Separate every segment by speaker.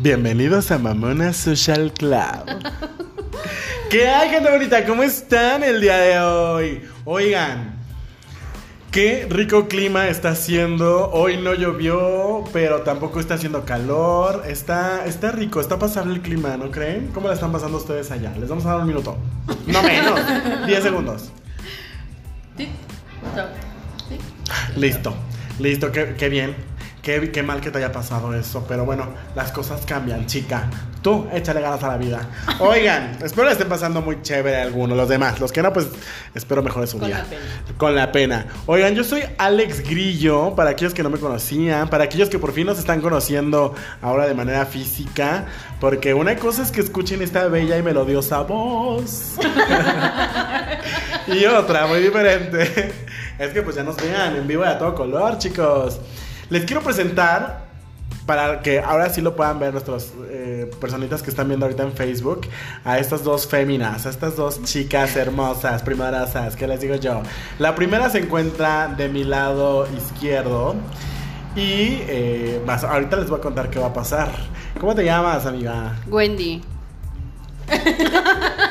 Speaker 1: Bienvenidos a Mamona Social Club. ¿Qué hay, gente bonita? ¿Cómo están el día de hoy? Oigan, qué rico clima está haciendo. Hoy no llovió, pero tampoco está haciendo calor. Está, está rico, está pasable el clima, ¿no creen? ¿Cómo la están pasando ustedes allá? Les vamos a dar un minuto. No menos, 10 segundos.
Speaker 2: Tic, toc, tic.
Speaker 1: Listo, listo, qué, qué bien. Qué, qué mal que te haya pasado eso. Pero bueno, las cosas cambian, chica. Tú, échale ganas a la vida. Oigan, espero le estén pasando muy chévere a alguno. Los demás, los que no, pues espero mejore su
Speaker 2: Con
Speaker 1: día.
Speaker 2: la pena.
Speaker 1: Con la pena. Oigan, yo soy Alex Grillo. Para aquellos que no me conocían, para aquellos que por fin nos están conociendo ahora de manera física. Porque una cosa es que escuchen esta bella y melodiosa voz. y otra muy diferente. Es que pues ya nos vean en vivo y a todo color, chicos. Les quiero presentar, para que ahora sí lo puedan ver nuestras eh, personitas que están viendo ahorita en Facebook, a estas dos féminas, a estas dos chicas hermosas, primarosas, que les digo yo. La primera se encuentra de mi lado izquierdo. Y eh, vas- ahorita les voy a contar qué va a pasar. ¿Cómo te llamas, amiga?
Speaker 3: Wendy.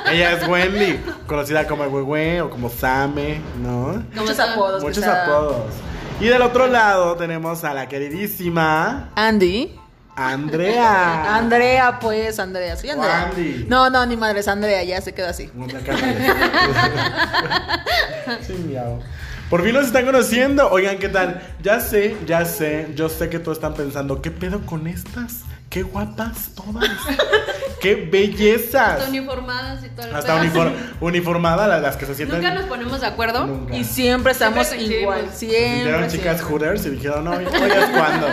Speaker 1: Ella es Wendy, conocida como Wewe o como Same, ¿no?
Speaker 2: Muchos apodos. que
Speaker 1: Muchos
Speaker 2: se ha dado.
Speaker 1: apodos. Y del otro lado tenemos a la queridísima
Speaker 4: Andy.
Speaker 1: Andrea.
Speaker 4: Andrea, pues, Andrea. Soy Andrea.
Speaker 1: Andy.
Speaker 4: No, no, ni madre, es Andrea, ya se quedó así.
Speaker 1: No te acabes. Chingao. Por fin los están conociendo. Oigan, ¿qué tal? Ya sé, ya sé, yo sé que todos están pensando, ¿qué pedo con estas? ¡Qué guapas todas! ¡Qué bellezas!
Speaker 3: Hasta uniformadas y todo el
Speaker 1: Hasta
Speaker 3: pedo.
Speaker 1: uniform- uniformada la- las que se sienten.
Speaker 3: Nunca nos ponemos de acuerdo.
Speaker 1: Nunca.
Speaker 4: Y siempre estamos
Speaker 3: coincidimos.
Speaker 4: igual,
Speaker 1: Vinieron
Speaker 4: siempre.
Speaker 1: chicas
Speaker 4: siempre.
Speaker 1: hooters y dijeron, no, hoy es cuando.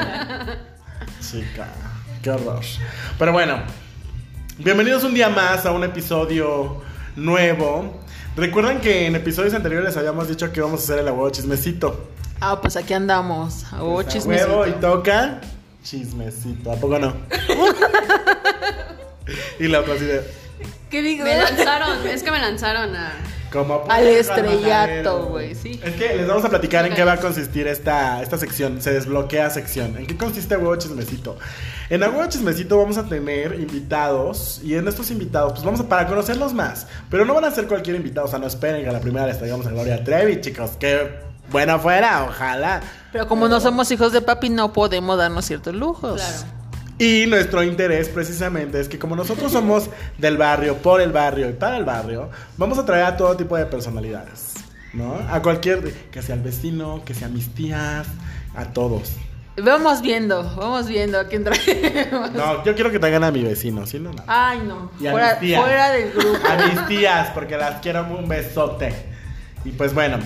Speaker 1: Chica, qué horror. Pero bueno, bienvenidos un día más a un episodio nuevo. Recuerdan que en episodios anteriores habíamos dicho que íbamos a hacer el abuelo chismecito.
Speaker 4: Ah, pues aquí andamos. Oh,
Speaker 1: Pues, a
Speaker 4: chismecito.
Speaker 1: huevo y toca chismecito, ¿a poco no? y la otra así de,
Speaker 4: ¿Qué digo?
Speaker 3: Me lanzaron, es que me lanzaron a.
Speaker 1: como
Speaker 4: Al
Speaker 1: puerco
Speaker 4: estrellato,
Speaker 1: matadero.
Speaker 4: güey, sí.
Speaker 1: Es que les vamos a platicar en qué va a consistir esta, esta sección. Se desbloquea sección. ¿En qué consiste Huevo Chismecito? En Huevo Chismecito vamos a tener invitados. Y en estos invitados, pues vamos a para conocerlos más. Pero no van a ser cualquier invitado. O sea, no esperen que a la primera les traigamos a Gloria Trevi, chicos. Que buena fuera, ojalá.
Speaker 4: Pero como no somos hijos de papi, no podemos darnos ciertos lujos.
Speaker 3: Claro.
Speaker 1: Y nuestro interés precisamente es que como nosotros somos del barrio, por el barrio y para el barrio, vamos a traer a todo tipo de personalidades, ¿no? A cualquier, que sea el vecino, que sea mis tías, a todos.
Speaker 4: Vamos viendo, vamos viendo a quién traemos.
Speaker 1: No, yo quiero que traigan a mi vecino, si no, no.
Speaker 4: Ay, no.
Speaker 1: Y a
Speaker 4: Fuera,
Speaker 1: mis tías.
Speaker 4: fuera del grupo.
Speaker 1: A mis tías, porque las quiero un besote. Y pues bueno,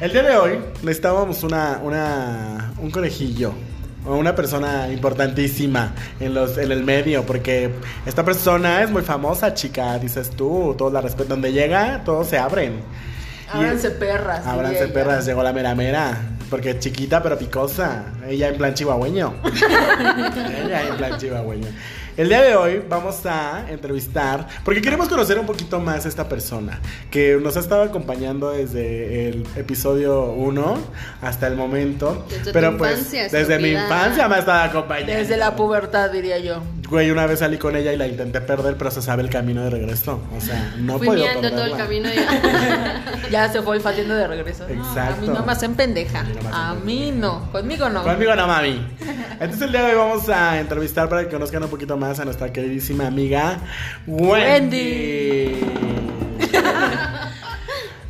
Speaker 1: el día de hoy necesitábamos una, una, un conejillo. O una persona importantísima en, los, en el medio, porque esta persona es muy famosa, chica, dices tú, todos la respetan. Donde llega, todos se abren. Y-
Speaker 4: Ábranse perras.
Speaker 1: Abranse
Speaker 4: diría ella.
Speaker 1: perras, llegó la mera mera. Porque es chiquita pero picosa. Ella en plan chihuahueño. Ella en plan chihuahueño. El día de hoy vamos a entrevistar, porque queremos conocer un poquito más a esta persona que nos ha estado acompañando desde el episodio 1 hasta el momento.
Speaker 3: Desde tu
Speaker 1: pero pues
Speaker 3: infancia,
Speaker 1: desde mi
Speaker 3: estúpida.
Speaker 1: infancia me ha estado acompañando.
Speaker 4: Desde la pubertad, diría yo.
Speaker 1: Güey, una vez salí con ella y la intenté perder, pero se sabe el camino de regreso. O sea, no
Speaker 3: Fui
Speaker 1: puedo
Speaker 3: mirando todo el camino y.
Speaker 4: Ya se fue olfateando de regreso. No,
Speaker 1: Exacto.
Speaker 4: a mí no me hacen pendeja.
Speaker 1: A mí no me hacen
Speaker 4: A mí no. Conmigo no.
Speaker 1: Conmigo no, mami. Entonces el día de hoy vamos a entrevistar para que conozcan un poquito más a nuestra queridísima amiga Wendy.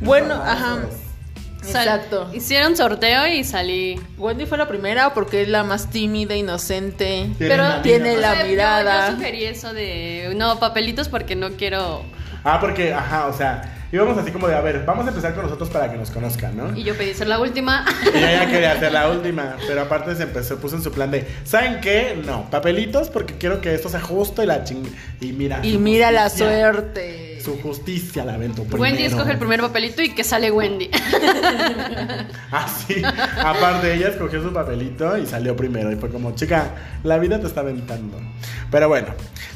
Speaker 4: Bueno, ajá.
Speaker 1: pues.
Speaker 3: Sal-
Speaker 4: Exacto.
Speaker 3: Hicieron sorteo y salí.
Speaker 4: Wendy fue la primera porque es la más tímida, inocente.
Speaker 1: Tiene
Speaker 3: Pero-
Speaker 1: una
Speaker 4: tiene
Speaker 1: niña
Speaker 4: la-
Speaker 3: yo-
Speaker 4: mirada.
Speaker 3: Yo, sugerí eso de. No, papelitos porque no quiero.
Speaker 1: más- Ah, porque, ajá, o sea, íbamos así como de, a ver, vamos a empezar con nosotros para que nos conozcan, ¿no?
Speaker 3: Y
Speaker 1: Y
Speaker 3: yo pedí ser la última.
Speaker 1: ella ya quería hacer la última, pero aparte se empezó, puso en su plan de, ¿saben qué? No, papelitos porque quiero que esto sea justo y la ching... Y mira.
Speaker 4: Y
Speaker 1: su
Speaker 4: mira la
Speaker 1: justicia.
Speaker 4: suerte.
Speaker 1: Su justicia la aventó primero.
Speaker 3: Wendy escoge el primer papelito y que sale Wendy.
Speaker 1: Ah, sí. Aparte, ella escogió su papelito y salió primero. Y fue como, chica, la vida te está aventando. Pero bueno,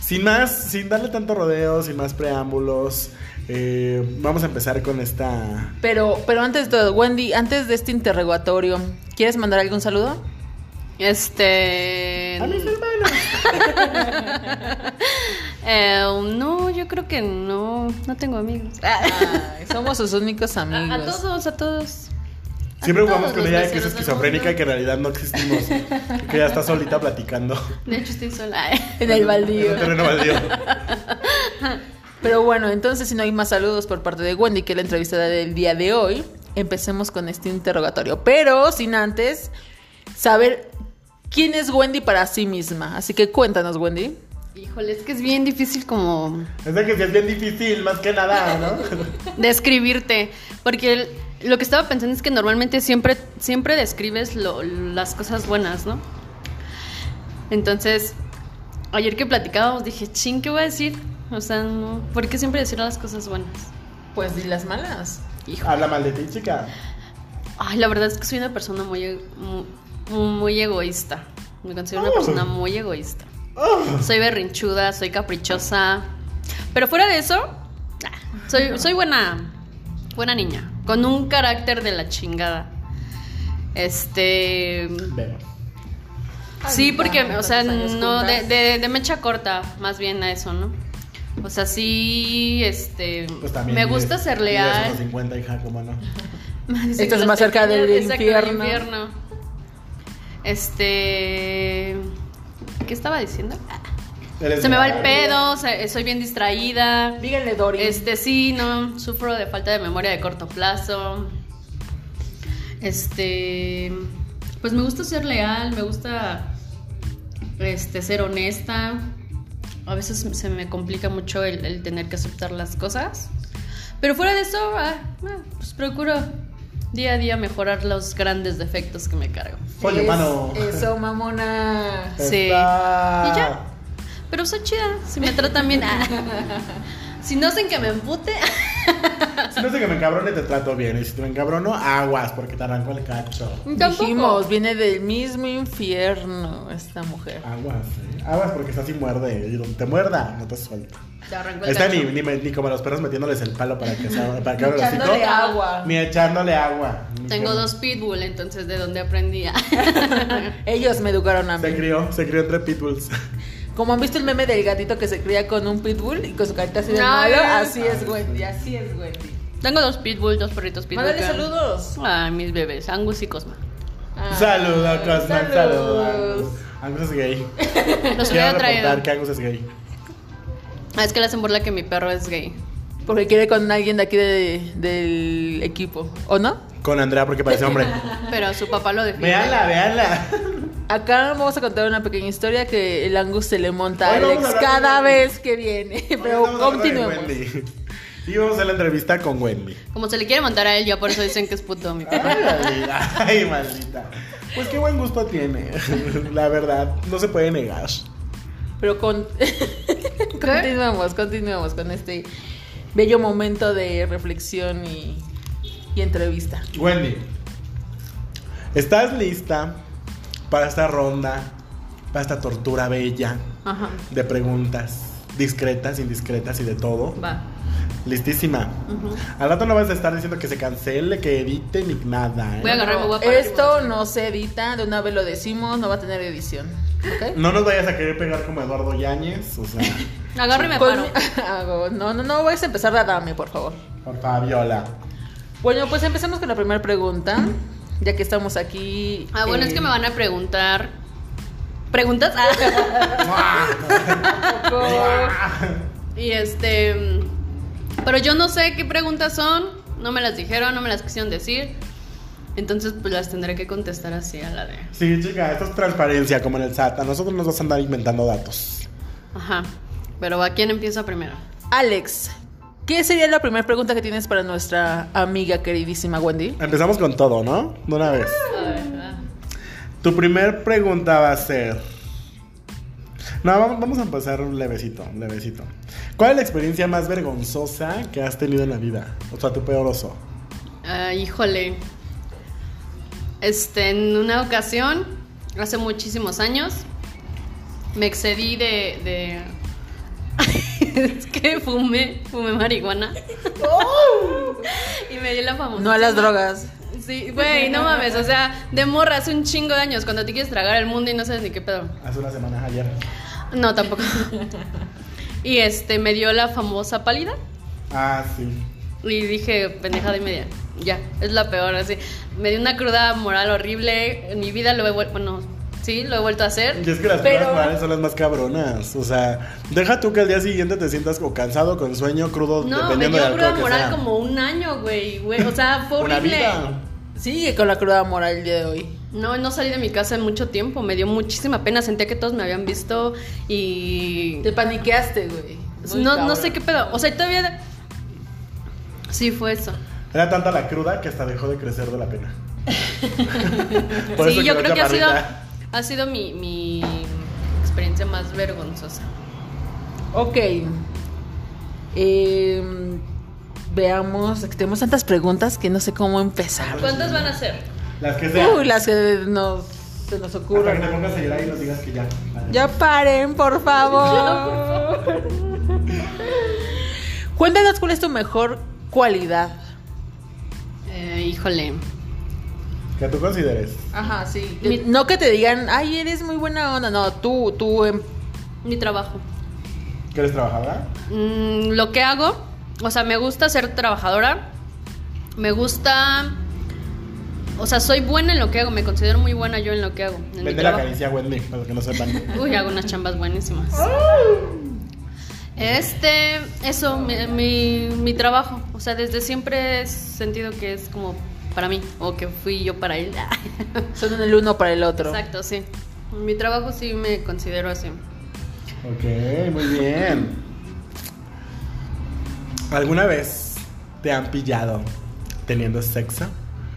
Speaker 1: sin más, sin darle tanto rodeo, sin más preámbulos, eh, vamos a empezar con esta.
Speaker 4: Pero, pero antes de todo, Wendy, antes de este interrogatorio, ¿quieres mandar algún saludo?
Speaker 3: Este.
Speaker 1: Mm. A mis hermanos.
Speaker 3: Eh, no, yo creo que no. No tengo amigos. Ah,
Speaker 4: Ay, somos sus únicos
Speaker 3: A, a
Speaker 4: amigos.
Speaker 3: todos, a todos. A
Speaker 1: Siempre jugamos con
Speaker 3: todos los
Speaker 1: ella de que es
Speaker 3: meseros del
Speaker 1: esquizofrénica y que en realidad no existimos. Y que ella está solita platicando.
Speaker 3: mundo. De hecho, estoy sola.
Speaker 4: En el
Speaker 1: En
Speaker 4: baldío.
Speaker 1: un terreno baldío.
Speaker 4: Pero bueno, entonces si no hay más saludos por parte de Wendy, que es la entrevistada del día de hoy, empecemos con este interrogatorio. Pero sin antes saber quién es Wendy para sí misma. Así que cuéntanos, Wendy.
Speaker 3: Híjole, es que es bien difícil como
Speaker 1: Es de que sí es bien difícil, más que nada, ¿no?
Speaker 3: describirte. Porque el- lo que estaba pensando es que normalmente siempre, siempre describes lo- las cosas buenas, ¿no? Entonces, ayer que platicábamos dije, ching, ¿qué voy a decir? O sea, no, ¿por qué siempre decir las cosas buenas?
Speaker 4: Pues di las malas.
Speaker 3: Hijo.
Speaker 1: Habla mal de ti, chica.
Speaker 3: Ay, la verdad es que soy una persona muy, e- mu- muy, egoísta. Me considero una
Speaker 1: Oh.
Speaker 3: persona muy egoísta.
Speaker 1: Oh,
Speaker 3: Soy berrinchuda, soy caprichosa. Pero fuera de eso, ah, soy, soy buena, buena niña. Con un carácter de la chingada. Este.
Speaker 1: veo.
Speaker 3: Sí,
Speaker 4: ya,
Speaker 3: porque, o sea,
Speaker 4: tantos años
Speaker 3: no, de,
Speaker 4: juntas.
Speaker 3: de- de mecha corta, más bien a eso, ¿no? O sea, sí, este.
Speaker 1: Pues también.
Speaker 3: me
Speaker 1: vives-
Speaker 3: gusta ser
Speaker 1: vives
Speaker 3: leal.
Speaker 1: unos 50, hija, cómo no.
Speaker 3: Dice
Speaker 4: Esto
Speaker 3: que
Speaker 4: es
Speaker 3: los
Speaker 4: más cerca del
Speaker 3: pequeños- exacto,
Speaker 4: infierno.
Speaker 3: Este. ¿Qué estaba diciendo?
Speaker 1: Eres
Speaker 3: Se me va el
Speaker 1: leal.
Speaker 3: pedo, se- soy bien distraída.
Speaker 4: Díganle, Doris.
Speaker 3: Este sí, no, sufro de falta de memoria de corto plazo. Este, pues me gusta ser leal, me gusta este ser honesta. A veces se me complica mucho el, el tener que aceptar las cosas. Pero fuera de eso, ah, ah, pues procuro día a día mejorar los grandes defectos que me cargo.
Speaker 1: Soy humano.
Speaker 4: Eso, mamona.
Speaker 3: sí.
Speaker 1: Está-
Speaker 3: Y ya. Pero soy chida, si me tratan bien. ah. Si no hacen que me empute.
Speaker 1: Si no sé que me encabrone, te trato bien. Y si te me encabrono, aguas, porque te arranco el cacho.
Speaker 3: Tampoco.
Speaker 4: Dijimos, viene del mismo infierno esta mujer.
Speaker 1: Aguas, ¿eh? Aguas, porque estás y muerde. Y donde te muerda, no te suelta.
Speaker 3: Te arrancó el
Speaker 1: Está
Speaker 3: gancho.
Speaker 1: ni, ni, ni como los perros metiéndoles el palo para que, se- para que abra el hocico.
Speaker 4: Echándole agua.
Speaker 1: Ni echándole agua.
Speaker 3: Tengo
Speaker 1: Ni-
Speaker 3: dos pitbull, entonces de dónde aprendí. Ah.
Speaker 4: Ellos me educaron a
Speaker 1: Se
Speaker 4: mí.
Speaker 1: crió, se crió entre pitbulls.
Speaker 4: Como han visto el meme del gatito que se cría con un pitbull y con su carita así de
Speaker 3: No,
Speaker 4: malo,
Speaker 3: no, no.
Speaker 4: así es Wendy, así es Wendy.
Speaker 3: Tengo dos pitbull, dos perritos pitbull.
Speaker 4: Mándale
Speaker 3: que-
Speaker 4: saludos.
Speaker 3: Ay, mis bebés, Angus y Cosma. Ah.
Speaker 1: Saludos, Cosma,
Speaker 4: Saludos.
Speaker 1: saludos. Angus. Angus es gay.
Speaker 3: Los
Speaker 1: Quiero
Speaker 3: hubiera
Speaker 1: reportar
Speaker 3: traído.
Speaker 1: que Angus es gay.
Speaker 3: Ah, es que le hacen burla que mi perro es gay.
Speaker 4: Porque quiere con alguien de aquí de- del equipo, ¿o no?
Speaker 1: Con Andrea porque parece hombre.
Speaker 3: Pero su papá lo defiende.
Speaker 1: Veanla, veanla.
Speaker 4: Acá vamos a contar una pequeña historia que el Angus se le monta
Speaker 1: Hoy
Speaker 4: al
Speaker 1: vamos a
Speaker 4: ex
Speaker 1: hablar de
Speaker 4: cada
Speaker 1: Wendy.
Speaker 4: vez que viene. Pero
Speaker 1: Estamos hablando de
Speaker 4: continuemos.
Speaker 1: Wendy. Y vamos a hacer la entrevista con Wendy.
Speaker 3: Como se le quiere montar a él, ya por eso dicen que es puto mi perro.
Speaker 1: Ay, maldita. Ay, maldita. Pues qué buen gusto tiene. La verdad, no se puede negar.
Speaker 4: Pero con... continuemos, continuemos con este bello momento de reflexión y, y entrevista.
Speaker 1: Wendy, ¿estás lista para esta ronda, para esta tortura bella
Speaker 3: Ajá,
Speaker 1: de preguntas discretas, indiscretas y de todo?
Speaker 3: va.
Speaker 1: Listísima.
Speaker 3: Ujú.
Speaker 1: Al rato no vas a estar diciendo que se cancele, que edite ni nada. ¿eh?
Speaker 3: Voy a agarrar, me voy a parar
Speaker 4: Esto
Speaker 3: y me voy
Speaker 4: no se edita, de una vez lo decimos, no va a tener edición. ¿ok?
Speaker 1: No nos vayas a querer pegar como Eduardo Yáñez, o sea,
Speaker 3: a- Agarro y me
Speaker 4: Con-
Speaker 3: paro.
Speaker 4: Hago- no, no, no, vais a empezar a darme, por favor.
Speaker 1: por Fabiola.
Speaker 4: Bueno, pues empecemos con la primera pregunta, ya que estamos aquí.
Speaker 3: Ah, bueno,
Speaker 4: eh,
Speaker 3: es que me van a preguntar. ¿Preguntas? Ah. Y este. mm, Pero yo no sé qué preguntas son. No me las dijeron, no me las quisieron decir. Entonces, pues las tendré que contestar así a la de.
Speaker 1: Sí, chica, esto es transparencia, como en el SAT. A nosotros nos vas a andar inventando datos.
Speaker 3: Ajá. Pero ¿a quién empieza primero?
Speaker 4: Alex, ¿qué sería la primera pregunta que tienes para nuestra amiga queridísima Wendy?
Speaker 1: Empezamos con todo, ¿no? De una vez. Tu primer pregunta va a ser. No, vamos, vamos a empezar levecito, levecito. ¿Cuál es la experiencia más vergonzosa que has tenido en la vida? O sea, tu peor oso.
Speaker 3: Ah, híjole. Este, en una ocasión, hace muchísimos años, me excedí de. de... es que fumé, fumé marihuana. y me di la famosa.
Speaker 4: No a las drogas.
Speaker 3: Sí, güey, no mames, o sea, de morra hace un chingo de años cuando te quieres tragar el mundo y no sabes ni qué pedo.
Speaker 1: Hace una semana ayer.
Speaker 3: No, tampoco. y este, me dio la famosa pálida.
Speaker 1: Ah, sí.
Speaker 3: Y dije, pendejada y media. Ya, es la peor, así. Me dio una cruda moral horrible. En mi vida lo he vuelto. Bueno, sí, lo he vuelto a hacer.
Speaker 1: Y es que las
Speaker 3: pero-
Speaker 1: pruebas morales son las más cabronas. O sea, deja tú que al día siguiente te sientas o cansado, con sueño, crudo,
Speaker 3: No, me
Speaker 1: dependiendo
Speaker 3: dio
Speaker 1: del alcohol
Speaker 3: cruda
Speaker 1: que
Speaker 3: moral
Speaker 1: sea.
Speaker 3: como un año, güey. güey. O sea, fue
Speaker 1: Una
Speaker 3: horrible.
Speaker 1: vida.
Speaker 4: Sigue con la cruda moral el día de hoy.
Speaker 3: No, no salí de mi casa en mucho tiempo. Me dio muchísima pena. Sentía que todos me habían visto y.
Speaker 4: Te paniqueaste, güey. Muy
Speaker 3: No, no
Speaker 4: cabrón.
Speaker 3: sé qué pedo. O sea, todavía. Sí, fue eso.
Speaker 1: Era tanta la cruda que hasta dejó de crecer de la pena.
Speaker 3: sí, yo
Speaker 1: quedó
Speaker 3: creo que ha sido,
Speaker 1: chaparrita.
Speaker 3: ha sido mi, mi experiencia más vergonzosa.
Speaker 4: Ok. Em, veamos, es que tenemos tantas preguntas que no sé cómo empezar.
Speaker 1: Pues
Speaker 3: ¿Cuántas van a ser?
Speaker 1: Las
Speaker 3: Uh,
Speaker 1: que sean.
Speaker 4: Uy, las que nos, se nos
Speaker 1: Hasta que te
Speaker 4: ocurran.
Speaker 1: pongas a llorar y nos digas que ya. Vale.
Speaker 4: Ya paren, por favor. Cuéntanos cuál es tu mejor cualidad.
Speaker 3: Eh, híjole.
Speaker 1: Que tú consideres.
Speaker 4: Ajá, sí. No que te digan, ay, eres muy buena onda. No, tú, tú. em,
Speaker 3: Mi trabajo.
Speaker 1: ¿Que eres trabajadora?
Speaker 3: Mm, lo que hago, o sea, me gusta ser trabajadora. Me gusta. O sea, soy buena en lo que hago. Me considero muy buena yo en lo que hago. En mi
Speaker 1: Vende la
Speaker 3: trabajo.
Speaker 1: caricia a Wendy, para los que no sepan.
Speaker 3: Uy, hago unas chambas buenísimas. Este, eso, mi, mi- mi trabajo. O sea, desde siempre he sentido que es como para mí, o que fui yo para él.
Speaker 4: Son el uno para el otro.
Speaker 3: Exacto, sí. Mi trabajo sí me considero así.
Speaker 1: ok, muy bien. ¿Alguna vez te han pillado teniendo sexo?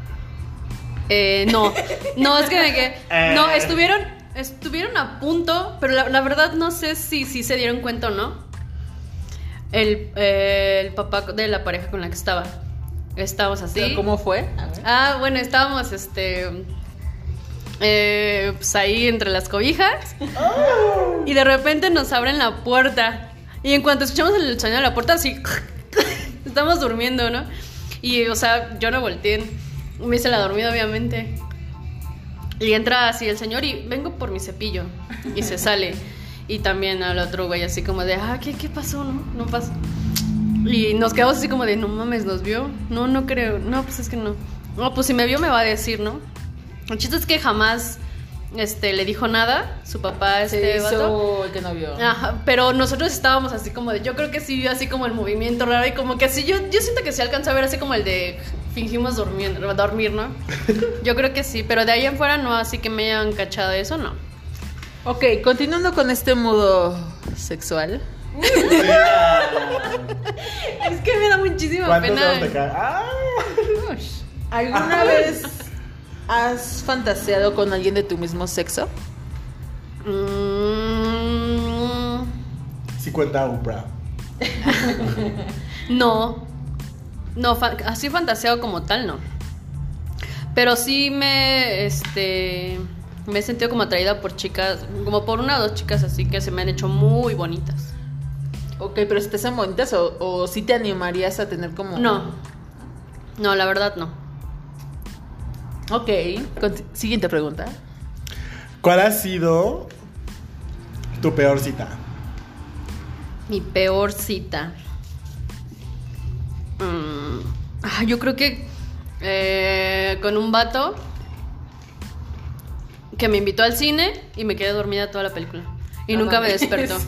Speaker 3: Eh, no, no, es que me quedé.
Speaker 1: Eh.
Speaker 3: No, estuvieron, estuvieron a punto, pero la, la verdad no sé si, si se dieron cuenta o no. El, eh, el papá de la pareja con la que estaba. Estábamos así.
Speaker 4: Pero ¿Cómo fue? A ver.
Speaker 3: Ah, bueno, estábamos este. eh, pues ahí entre las cobijas. Y de repente nos abren la puerta. Y en cuanto escuchamos el sonido de la puerta, así. Estamos durmiendo, ¿no? Y, o sea, yo no volteé. Me hice la dormida, obviamente. Y entra así el señor y vengo por mi cepillo. Y se sale. Y también al otro güey, así como de, ah, ¿qué, qué pasó? No, no pasó. Y nos quedamos así como de, no mames, ¿nos vio? No, no creo. No, pues es que no. No, pues si me vio me va a decir, ¿no? El chiste es que jamás este, le dijo nada su papá,
Speaker 4: Se
Speaker 3: este vato. Ah.
Speaker 4: hizo el que no vio.
Speaker 3: Ajá, pero nosotros estábamos así como de, yo creo que sí vio así como el movimiento raro y como que sí, yo, yo siento que sí alcanzó a ver así como el de fingimos dormir, dormir, ¿no? Yo creo que sí, pero de ahí en fuera no, así que me hayan cachado eso, no.
Speaker 4: Ok, continuando con este modo sexual.
Speaker 3: Es que me da muchísima
Speaker 1: ¿Cuántos
Speaker 3: pena.
Speaker 1: dedos te caen? ¡Ah!
Speaker 3: Ush.
Speaker 4: ¿Alguna vez has fantaseado con alguien de tu mismo sexo?
Speaker 3: Mm,
Speaker 1: 50 Oprah.
Speaker 3: no. No, fa- así fantaseado como tal, no. Pero sí me, este, me he sentido como atraída por chicas, como por una o dos chicas así que se me han hecho muy bonitas.
Speaker 4: Ok, pero si te hacen bonitas o, o si te animarías a tener como...
Speaker 3: No. No, la verdad no.
Speaker 4: Ok, conti- siguiente pregunta.
Speaker 1: ¿Cuál ha sido tu peor cita?
Speaker 3: Mi peor cita. Mm, ah, yo creo que eh, con un vato que me invitó al cine y me quedé dormida toda la película. Y
Speaker 4: No
Speaker 3: nunca me
Speaker 4: mames.
Speaker 3: despertó.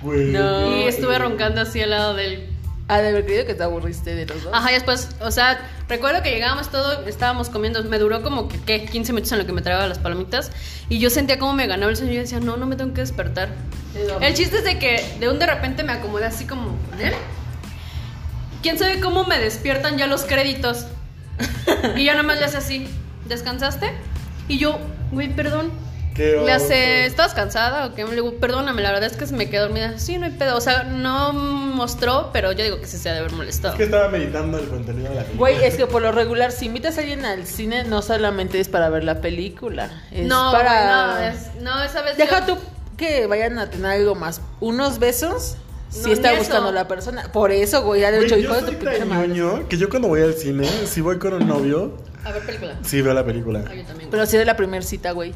Speaker 1: Güey,
Speaker 4: No.
Speaker 3: Y estuve roncando así al lado del...
Speaker 4: Ha de haber creído que te aburriste de los dos.
Speaker 3: Ajá, y después, o sea, recuerdo que llegábamos todo, estábamos comiendo, me duró como que, ¿qué? 15 minutos en lo que me tragaba las palomitas. Y yo sentía como me ganaba el sueño y yo decía, no, no me tengo que despertar. El chiste es de que de un de repente me acomodé así como, ¿eh? ¿Quién sabe cómo me despiertan ya los créditos? Y ya nada más le hace así, ¿descansaste? Y yo, güey, perdón.
Speaker 1: Qué
Speaker 3: Le
Speaker 1: oso.
Speaker 3: hace, ¿estabas cansada o qué? Le digo, perdóname, la verdad es que me quedé dormida. Sí, no hay pedo. O sea, no mostró, pero yo digo que sí se ha de haber molestado.
Speaker 1: Es que estaba meditando el contenido de la película.
Speaker 4: Güey, es que por lo regular, si invitas a alguien al cine, no solamente es para ver la película. Es
Speaker 3: no,
Speaker 4: para...
Speaker 3: no, es- no, esa vez.
Speaker 4: Deja
Speaker 3: yo-
Speaker 4: tú que vayan a tener algo más. Unos besos si
Speaker 3: No,
Speaker 4: está
Speaker 3: ni eso.
Speaker 4: buscando la persona. Por eso, güey, ya de
Speaker 1: Güey,
Speaker 4: hecho,
Speaker 1: yo
Speaker 4: hijo de tu
Speaker 1: soy
Speaker 4: pinche
Speaker 1: tan
Speaker 4: madre.
Speaker 1: ñoño que yo cuando voy al cine, si voy con un novio,
Speaker 3: A ver, película.
Speaker 1: sí veo la película.
Speaker 3: Ah, yo también.
Speaker 4: Pero sí de la primera cita, güey.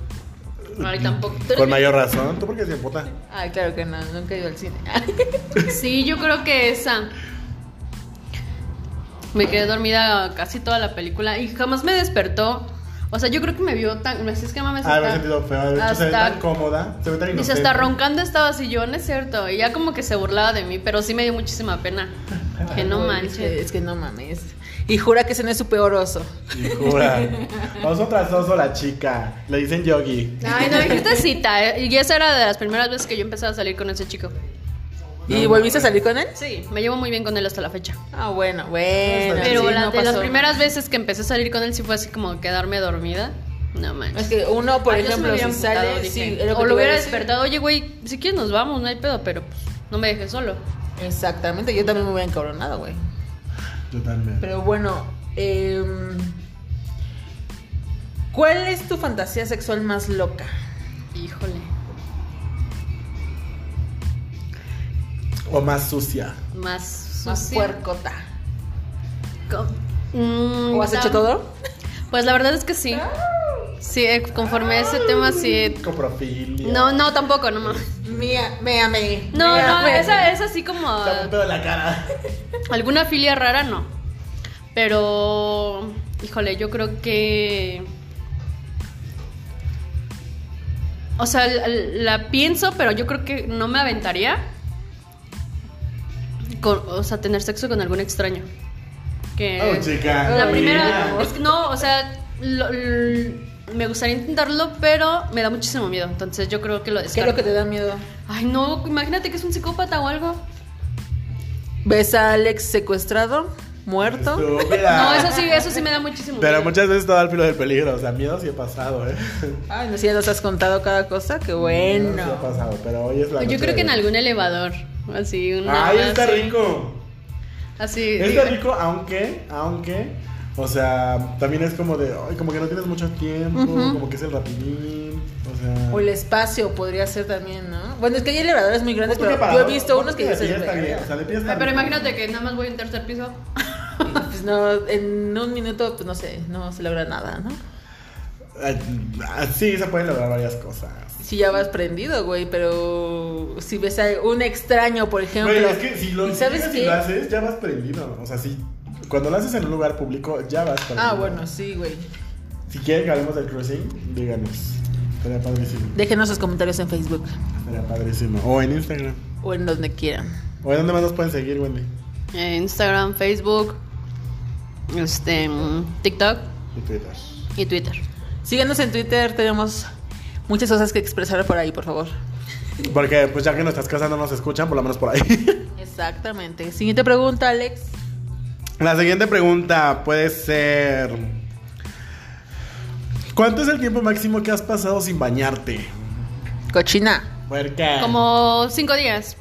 Speaker 3: Ay, tampoco. Tú eres
Speaker 1: Con
Speaker 3: bien-
Speaker 1: mayor razón. ¿Tú por qué se emputa?
Speaker 4: Ay, claro que no, nunca he ido al cine.
Speaker 3: Sí, yo creo que esa. Me quedé dormida casi toda la película y jamás me despertó. O sea, yo creo que me vio tan. No sé, es que mames.
Speaker 1: Ah, me he
Speaker 3: hasta-
Speaker 1: sentido feo. De hecho, se ve
Speaker 3: hasta-
Speaker 1: tan cómoda. Se ve tan
Speaker 3: Dice,
Speaker 1: inocente.
Speaker 3: hasta roncando estaba así yo, no es cierto. Y ya como que se burlaba de mí, pero sí me dio muchísima pena. Que no
Speaker 4: Ay, Es que,
Speaker 3: manches.
Speaker 4: es que no mames. Y jura que ese no es su peor oso.
Speaker 1: Y jura. Oso tras oso la chica. Le dicen yogi.
Speaker 3: Ay, no, dijiste cita. eh, Y esa era de las primeras veces que yo empezaba a salir con ese chico.
Speaker 4: ¿Y
Speaker 1: No,
Speaker 4: volviste
Speaker 1: mames.
Speaker 4: a salir con él?
Speaker 3: Sí, me llevo muy bien con él hasta la fecha.
Speaker 4: Ah, bueno, bueno.
Speaker 1: Pero
Speaker 3: Pero
Speaker 4: sí,
Speaker 3: la-
Speaker 4: no
Speaker 3: de las
Speaker 4: pasó.
Speaker 3: primeras veces que empecé a salir con él sí fue así como quedarme dormida. No manches.
Speaker 4: Es que uno, por
Speaker 3: Ah, yo sí me
Speaker 4: ejemplo,
Speaker 3: hubiera
Speaker 4: si
Speaker 3: emputado,
Speaker 4: sale.
Speaker 3: dije.
Speaker 4: sí, es que
Speaker 3: o
Speaker 4: te
Speaker 3: lo
Speaker 4: iba a
Speaker 3: hubiera
Speaker 4: decir.
Speaker 3: despertado, oye, güey, si quieres nos vamos, no hay pedo, pero pues no me dejes solo.
Speaker 4: Exactamente, yo también me hubiera encabronado, güey.
Speaker 1: Yo también.
Speaker 4: Pero bueno, em, ¿cuál es tu fantasía sexual más loca?
Speaker 3: Híjole.
Speaker 1: O más sucia.
Speaker 3: Más
Speaker 4: Más
Speaker 3: sucia.
Speaker 4: puercota.
Speaker 3: Co- Mm,
Speaker 4: ¿O has
Speaker 3: la-
Speaker 4: hecho todo?
Speaker 3: Pues la verdad es que sí. Sí, eh, conforme a ese tema sí.
Speaker 1: Coprofilia.
Speaker 3: No, no, tampoco, no mames.
Speaker 4: Mía, me amé.
Speaker 3: No,
Speaker 4: me
Speaker 3: no,
Speaker 4: amé.
Speaker 3: esa es así como
Speaker 1: Está un pedo en la cara.
Speaker 3: alguna filia rara no. Pero híjole, yo creo que O sea, la, la pienso, pero yo creo que no me aventaría con- o sea, tener sexo con algún extraño. Que
Speaker 1: Oh, chica.
Speaker 3: Eh, La
Speaker 1: Ay,
Speaker 3: primera.
Speaker 1: mira.
Speaker 3: Es que no, o sea, lo- l- me gustaría intentarlo, pero me da muchísimo miedo. Entonces yo creo que lo
Speaker 4: ¿Qué es
Speaker 3: descarto.
Speaker 4: lo que te da miedo?
Speaker 3: Ay, no, imagínate que es un psicópata o algo.
Speaker 4: ¿Ves a Alex secuestrado? ¿Muerto?
Speaker 1: Estúpida.
Speaker 3: No, eso sí, eso sí me da muchísimo
Speaker 1: Ah. Pero
Speaker 3: miedo.
Speaker 1: muchas veces estaba al filo del peligro. O sea, miedo sí he pasado, ¿eh?
Speaker 4: Ay, no sé, ya nos has contado cada cosa. Qué
Speaker 1: Miedo sí he
Speaker 4: bueno. Pues
Speaker 1: pasado, pero hoy es la
Speaker 3: Pues Yo
Speaker 1: noche
Speaker 3: creo que en
Speaker 1: de-
Speaker 3: algún elevador. Así, una.
Speaker 1: Ay, Ah, está
Speaker 3: así,
Speaker 1: rico.
Speaker 3: Así.
Speaker 1: Está
Speaker 3: digo,
Speaker 1: rico, aunque, aunque, o sea, también es como de, ay, como que no tienes mucho tiempo, como que es el rapidín, o sea.
Speaker 4: O el espacio podría ser también, ¿no? Bueno, es que hay elevadores muy grandes,
Speaker 1: Ponte
Speaker 4: pero yo
Speaker 1: preparado,
Speaker 4: he visto
Speaker 1: ponte
Speaker 4: unos que Ah,
Speaker 1: de
Speaker 4: dices,
Speaker 1: pie, está
Speaker 4: "Verga".
Speaker 1: bien, o sea, de pie está
Speaker 3: "Ay, Pero
Speaker 1: rico.
Speaker 3: imagínate que nada más voy en tercer piso.
Speaker 4: Pues no, en un minuto, pues no sé, no se logra nada, ¿no?
Speaker 1: Ay, ah, Sí, se pueden lograr varias cosas.
Speaker 4: Si ya vas prendido, güey, pero si ves a un extraño, por ejemplo.
Speaker 1: Güey, es que si lo,
Speaker 4: ¿y ¿Sabes
Speaker 1: llegas y
Speaker 4: qué?
Speaker 1: lo haces, ya vas prendido, o sea, si, cuando lo haces en un lugar público, ya vas prendido.
Speaker 4: Ah, bueno, sí, güey.
Speaker 1: Si quieren que hablemos del cruising, díganos, estaría padrísimo,
Speaker 4: Déjenos sus comentarios en Facebook
Speaker 1: estaría padrísimo, o en Instagram,
Speaker 4: o en donde quieran.
Speaker 1: o en dónde más nos pueden seguir, Wendy,
Speaker 3: Eh, Instagram, Facebook, este, mm, TikTok
Speaker 1: y Twitter.
Speaker 3: y Twitter.
Speaker 4: Síganos en Twitter, tenemos muchas cosas que expresar por ahí, por favor.
Speaker 1: Porque, pues ya que en nuestras casas no nos escuchan, por lo menos por ahí.
Speaker 4: Exactamente. Siguiente pregunta, Alex.
Speaker 1: La siguiente pregunta puede ser... ¿Cuánto es el tiempo máximo que has pasado sin bañarte?
Speaker 4: Cochina.
Speaker 1: ¿Por qué?
Speaker 3: Como cinco días.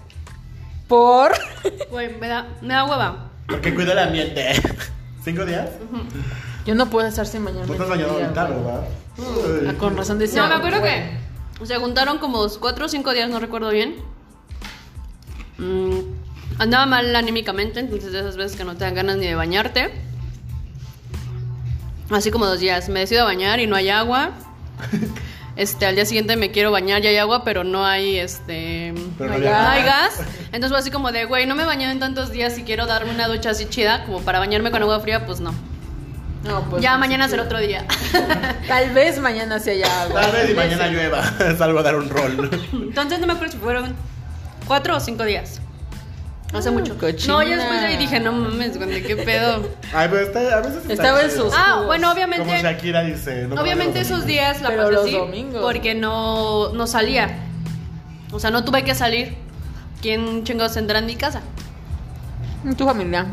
Speaker 4: Por.
Speaker 3: Güey, me da, me da hueva.
Speaker 1: Porque cuido el ambiente. ¿Cinco días?
Speaker 4: Yo no puedo estar sin bañarme.
Speaker 1: No te has
Speaker 4: todo el
Speaker 1: Pues bañado
Speaker 4: día,
Speaker 1: ahorita,
Speaker 4: güey.
Speaker 1: ¿verdad?
Speaker 4: Ah, con razón decía.
Speaker 3: No, me acuerdo
Speaker 4: güey.
Speaker 3: que se juntaron como cuatro o cinco días, no recuerdo bien. Mm, andaba mal anímicamente, entonces de esas veces que no te dan ganas ni de bañarte. Así como dos días, me decido a bañar y no hay agua. Este, al día siguiente me quiero bañar y hay agua, pero no hay este
Speaker 1: Pero
Speaker 4: no
Speaker 1: no
Speaker 4: hay
Speaker 1: había
Speaker 3: no hay
Speaker 1: nada.
Speaker 3: gas. Entonces fue así como de, güey, no me he bañado en tantos días y quiero darme una ducha así chida, como para bañarme con agua fría, pues no.
Speaker 4: No, pues
Speaker 3: Ya
Speaker 4: no,
Speaker 3: mañana
Speaker 4: sí.
Speaker 3: será otro día.
Speaker 4: Tal vez mañana se haya agua.
Speaker 1: Tal vez y mañana llueva. Salgo a dar un rol.
Speaker 3: Entonces no me acuerdo si fueron cuatro o cinco días. Hace
Speaker 4: Ah,
Speaker 3: mucho.
Speaker 4: cochina.
Speaker 3: No, ya después de ahí dije, no mames, güey, qué pedo.
Speaker 4: Pues,
Speaker 1: Ay, pero está, a veces está
Speaker 4: Estaba en
Speaker 1: chido.
Speaker 4: sus-
Speaker 3: ah, bueno,
Speaker 1: Como
Speaker 3: obviamente.
Speaker 1: Shakira dice. no me baño
Speaker 3: obviamente
Speaker 1: los
Speaker 3: esos
Speaker 1: domingos.
Speaker 3: días la
Speaker 4: Pero
Speaker 3: pasé
Speaker 4: los
Speaker 3: así
Speaker 4: domingos.
Speaker 3: porque no, no salía. O sea, no tuve que salir. ¿Quién chingados entra en mi casa?
Speaker 4: Mm, Tu familia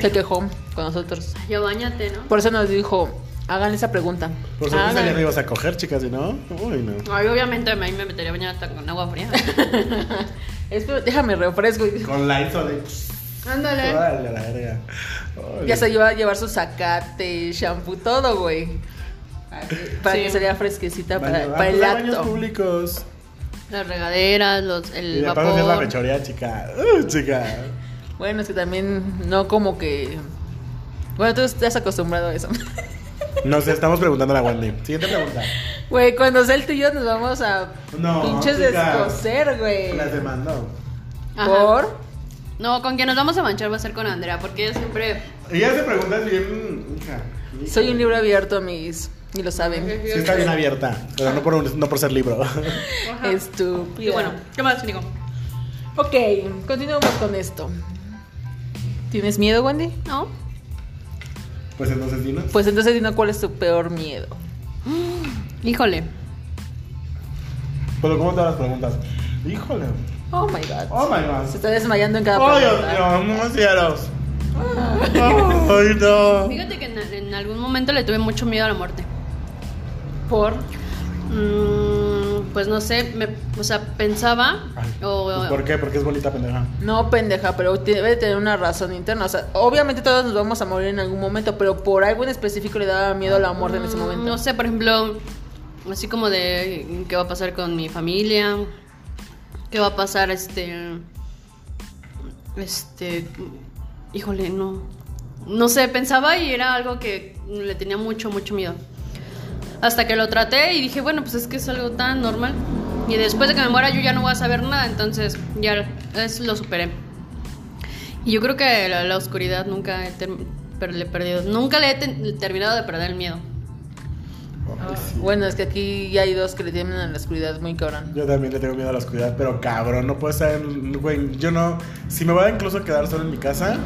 Speaker 4: se quejó con nosotros.
Speaker 3: Yo bañate, ¿no?
Speaker 4: Por eso nos dijo, hagan esa pregunta.
Speaker 1: Por supuesto,
Speaker 4: Hagan.
Speaker 1: salí arriba a coger, chicas, ¿y no? Uy, no.
Speaker 3: Ay, obviamente a mí me metería a bañar hasta con agua fría.
Speaker 4: Espera, déjame refresco.
Speaker 1: Con la de...
Speaker 3: Ándale.
Speaker 1: Órale, a la verga. Órale.
Speaker 4: ¿Eh? Ya se iba a llevar su zacate, shampoo, todo, güey. Para
Speaker 3: Sí.
Speaker 4: que se vea fresquecita
Speaker 1: Baño-
Speaker 4: para,
Speaker 1: ah,
Speaker 4: para el
Speaker 1: pues hay baños
Speaker 4: acto.
Speaker 1: públicos.
Speaker 3: Las regaderas, los,
Speaker 1: Y
Speaker 3: el
Speaker 1: de paso es la
Speaker 3: vapor.
Speaker 1: fechoría, chica. Uh, chica.
Speaker 4: Bueno, es que también no como que... Bueno, tú estás acostumbrado a eso.
Speaker 1: Nos estamos preguntando a la Wendy. Siguiente pregunta.
Speaker 4: Güey, cuando sea el tuyo nos vamos a
Speaker 1: No,
Speaker 4: pinches
Speaker 1: chica.
Speaker 4: descoser, güey.
Speaker 1: Las demandó.
Speaker 3: Ajá.
Speaker 4: Por.
Speaker 3: No, con quien nos vamos a manchar va a ser con Andrea, porque ella siempre.
Speaker 1: Ella se pregunta si bien. Hija.
Speaker 4: Soy un libro abierto, amigos. Y lo saben.
Speaker 1: Sí, está bien abierta. Pero no por, un- no por ser libro.
Speaker 3: Ajá.
Speaker 4: Estúpido.
Speaker 3: Y bueno, ¿qué más, Nico?
Speaker 4: Ok, continuamos con esto. ¿Tienes miedo, Wendy?
Speaker 3: No.
Speaker 1: Pues entonces, dinos.
Speaker 4: Pues entonces dino cuál es tu peor miedo.
Speaker 3: Híjole.
Speaker 1: Pero, ¿cómo te van las preguntas? Híjole.
Speaker 4: Oh my god.
Speaker 1: Oh my god.
Speaker 4: Se está desmayando en cada
Speaker 1: Oh, Dios
Speaker 4: pregunta.
Speaker 1: mío, no cielos. Ay, no.
Speaker 3: Fíjate que en, en algún momento le tuve mucho miedo a la muerte.
Speaker 4: Por.
Speaker 3: Mm, pues no sé, me- o sea, pensaba.
Speaker 1: Ay,
Speaker 3: o,
Speaker 1: pues, ¿Por qué? Porque es bonita pendeja.
Speaker 4: No, pendeja, pero te- debe tener una razón interna. O sea, obviamente todos nos vamos a morir en algún momento, pero por algo en específico le daba miedo a la muerte en ese
Speaker 3: Mm,
Speaker 4: momento.
Speaker 3: No sé, por ejemplo, así como de qué va a pasar con mi familia, qué va a pasar, este, este, híjole, no, no sé, pensaba y era algo que le tenía mucho, mucho miedo. Hasta que lo traté y dije, bueno, pues es que es algo tan normal. Y después de que me muera yo ya no voy a saber nada, entonces ya es, lo superé. Y yo creo que la, la oscuridad nunca he ter- per- le he perdido, nunca le he ten- terminado de perder el miedo. Oh.
Speaker 1: Ay, sí.
Speaker 4: Bueno, es que aquí ya hay dos que le tienen a la oscuridad muy cabrón.
Speaker 1: Yo también le tengo miedo a la oscuridad, pero cabrón, no puedo estar en. Güey, yo no. Si me voy a incluso quedar solo en mi casa,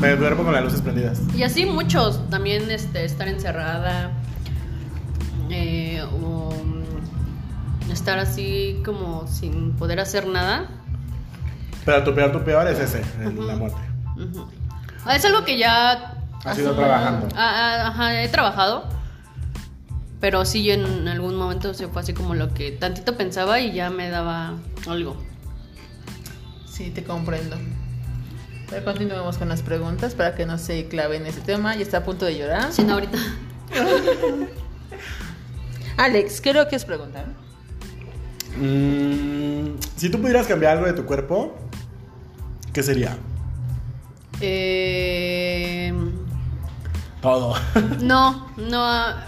Speaker 1: me duermo con las luces prendidas.
Speaker 3: Y así muchos, también este, estar encerrada, eh, o mm, estar así como sin poder hacer nada.
Speaker 1: Pero tu peor, tu peor es ese, el- la muerte.
Speaker 3: Ujú. Ah, Es algo que ya...
Speaker 1: Has ido
Speaker 3: asumo-
Speaker 1: trabajando.
Speaker 3: Ah, ah, ajá, he trabajado, pero sí en algún momento se fue así como lo que tantito pensaba y ya me daba algo.
Speaker 4: Sí, te comprendo. Pero continuemos con las preguntas para que no se clave en ese tema. Y está a punto de llorar.
Speaker 3: Sino ahorita.
Speaker 4: Alex, creo que es preguntar.
Speaker 1: Mm, si tú pudieras cambiar algo de tu cuerpo, ¿qué sería?
Speaker 3: Eh,
Speaker 1: Todo.
Speaker 3: No, no. ah,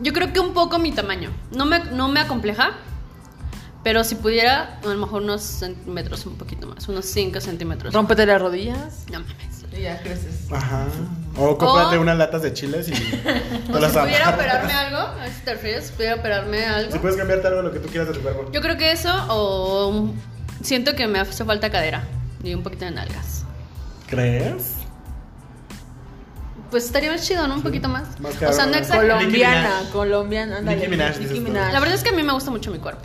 Speaker 3: Yo creo que un poco mi tamaño. No me, no me acompleja, pero si pudiera, a lo mejor unos centímetros, un poquito más, unos 5
Speaker 1: Pues-
Speaker 3: centímetros. No
Speaker 4: Rómpete las rodillas.
Speaker 3: mames.
Speaker 4: Y ya creces.
Speaker 1: Ajá. O cómprate
Speaker 3: O-
Speaker 1: unas latas de chiles y.
Speaker 3: O
Speaker 1: te
Speaker 3: si
Speaker 1: las amas.
Speaker 3: pudiera operarme algo, a eso te refieres, si pudiera operarme algo.
Speaker 1: Si puedes cambiarte algo de lo que tú quieras de tu cuerpo.
Speaker 3: Yo creo que eso, o un- siento que me hace falta cadera y un poquito de nalgas.
Speaker 1: ¿Crees?
Speaker 3: Pues estaría más chido, ¿no? Un poquito más.
Speaker 1: Más
Speaker 3: o sea,
Speaker 1: cadera,
Speaker 3: no
Speaker 1: más-
Speaker 3: exacto.
Speaker 4: Colombiana,
Speaker 1: Nicki Minaj.
Speaker 4: colombiana. ándale.
Speaker 1: Nicki Minaj, dices tú.
Speaker 3: La verdad es que a mí me gusta mucho mi cuerpo.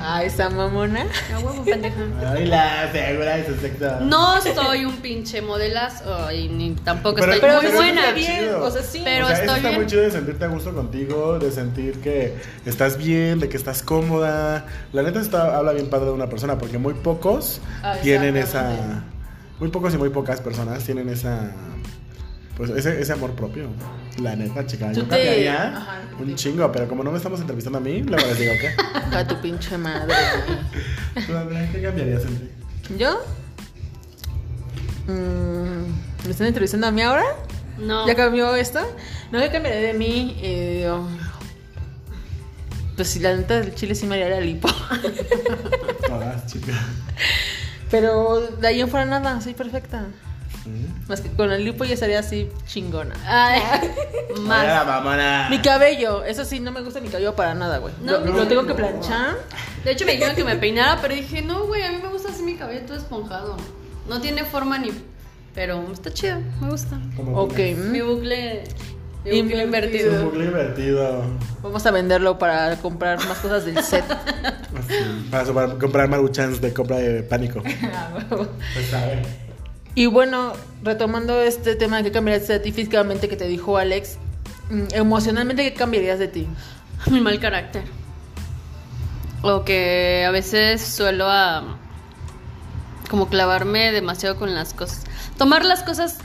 Speaker 4: Ay, esa mamona.
Speaker 3: Ah, huevo, pendeja.
Speaker 1: Ay, la segura de su sexo.
Speaker 3: No soy un pinche modelazo y ni tampoco
Speaker 1: Pero-
Speaker 3: estoy
Speaker 1: pero
Speaker 3: muy
Speaker 1: eso
Speaker 3: buena.
Speaker 1: está bien, chido.
Speaker 4: o sea, sí.
Speaker 3: Pero
Speaker 1: O sea,
Speaker 3: estoy
Speaker 1: eso está
Speaker 3: bien.
Speaker 1: muy chido de sentirte a gusto contigo, de sentir que estás bien, de que estás cómoda. La neta está, habla bien padre de una persona, porque muy pocos
Speaker 3: Ah,
Speaker 1: tienen
Speaker 3: exactamente.
Speaker 1: esa. Muy pocos y muy pocas personas tienen esa. Pues ese, ese amor propio. La neta, chica.
Speaker 4: Tú
Speaker 1: Yo
Speaker 4: te-
Speaker 1: cambiaría
Speaker 4: Ajá,
Speaker 1: un chingo, pero como no me estamos entrevistando a mí, luego les digo, ¿qué?
Speaker 4: A tu pinche madre.
Speaker 1: Tú, Andrea, ¿Qué cambiarías en ti?
Speaker 4: ¿Yo? Mm, ¿Me están entrevistando a mí ahora?
Speaker 3: No.
Speaker 4: ¿Ya cambió esto? No, yo cambiaré de mí. eh, oh. pues si la neta del chile sí me haría la lipo.
Speaker 1: Todas, chicas.
Speaker 4: Pero de ahí en fuera nada, soy perfecta.
Speaker 1: ¿Mm?
Speaker 4: Más que con el lipo ya estaría así chingona.
Speaker 3: Ay,
Speaker 1: Ay, la
Speaker 3: más.
Speaker 1: mamona.
Speaker 4: Mi cabello, eso sí, no me gusta mi cabello para nada, güey.
Speaker 3: No,
Speaker 4: lo,
Speaker 3: no,
Speaker 4: lo tengo que
Speaker 1: no.
Speaker 4: planchar.
Speaker 3: De hecho, me dijeron que me peinara, pero dije, no, güey, a mí me gusta así mi cabello todo esponjado. No tiene forma ni. Pero está chido, me gusta.
Speaker 1: Como
Speaker 4: Ok.
Speaker 1: una-
Speaker 4: mm.
Speaker 3: Mi bucle. Mi
Speaker 1: Es un
Speaker 4: Invertido.
Speaker 3: bucle invertido.
Speaker 1: bucle divertido.
Speaker 4: Vamos a venderlo para comprar más cosas del set.
Speaker 1: Así, Para, para comprar maruchans de compra de pánico. Pues a ver.
Speaker 4: y bueno, retomando este tema de qué cambiarías de ti físicamente que te dijo Alex, mm, emocionalmente qué cambiarías de ti.
Speaker 3: Mi mal carácter. O que a veces suelo a. como clavarme demasiado con las cosas. Tomar las cosas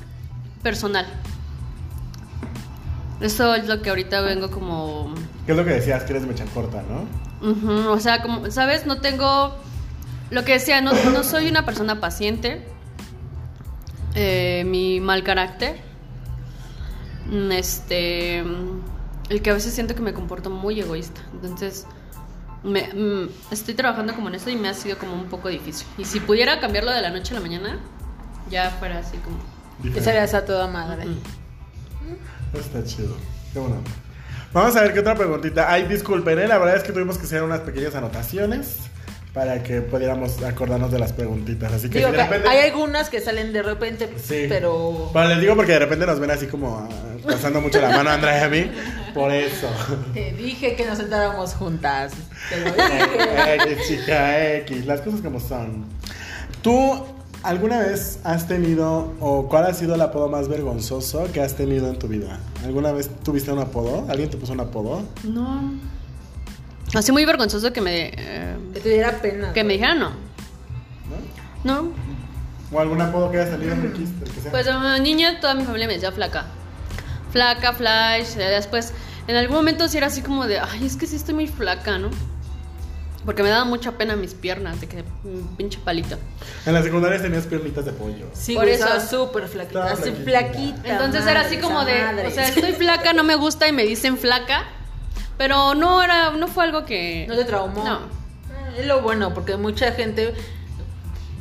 Speaker 3: personal. Eso es lo que ahorita vengo como.
Speaker 1: ¿Qué es lo que decías? Que eres mecha corta, ¿no?
Speaker 3: ujú, o sea, como, ¿sabes? No tengo. Lo que decía, no, no soy una persona paciente. Eh, mi mal carácter. mm, este, mm, el que a veces siento que me comporto muy egoísta. Entonces, me, mm, estoy trabajando como en esto y me ha sido como un poco difícil. Y si pudiera cambiarlo de la noche a la mañana, ya fuera así como...
Speaker 4: Que serías a toda madre.
Speaker 3: mm.
Speaker 1: Está chido. Qué bueno. Vamos a ver qué otra preguntita. Ay, disculpen, ¿eh? la verdad es que tuvimos que hacer unas pequeñas anotaciones para que pudiéramos acordarnos de las preguntitas. Así que
Speaker 4: Digo
Speaker 1: si de
Speaker 4: que
Speaker 1: repente-
Speaker 4: hay algunas que salen de repente,
Speaker 1: Sí.
Speaker 4: pero...
Speaker 1: Bueno, les digo porque de repente nos ven así como ah, pasando mucho la mano a Andrea y a mí. Por eso.
Speaker 4: Te dije que nos sentáramos juntas. Te lo dije.
Speaker 1: X, chica X. Las cosas como son. ¿Tú alguna vez has tenido o cuál ha sido el apodo más vergonzoso que has tenido en tu vida? ¿Alguna vez tuviste un apodo? ¿Alguien te puso un apodo?
Speaker 3: No. Así muy vergonzoso que me... eh,
Speaker 4: Que te diera pena.
Speaker 3: que me
Speaker 4: güey.
Speaker 3: dijeran no.
Speaker 1: ¿No?
Speaker 3: No.
Speaker 1: ¿O algún apodo que haya salido en X? el que sea?
Speaker 3: Pues de niña toda mi familia me decía flaca. Flaca, flash. eh, Después, en algún momento sí era así como de, ay, es que sí estoy muy flaca, ¿no? Porque me daba mucha pena mis piernas, de que mm, pinche palito.
Speaker 1: En la secundaria tenías piernitas de pollo.
Speaker 4: Sí,
Speaker 3: Por
Speaker 4: güey,
Speaker 3: eso.
Speaker 4: estaba súper flaquita.
Speaker 1: Estaba
Speaker 4: Así
Speaker 1: flaquita.
Speaker 4: flaquita.
Speaker 3: Entonces
Speaker 4: madre,
Speaker 3: era así como
Speaker 4: esa
Speaker 3: de,
Speaker 4: madre.
Speaker 3: o sea, estoy flaca, no me gusta y me dicen flaca. Pero no era, no fue algo que.
Speaker 4: No te traumó.
Speaker 3: No.
Speaker 4: Eh, Es lo bueno, porque mucha gente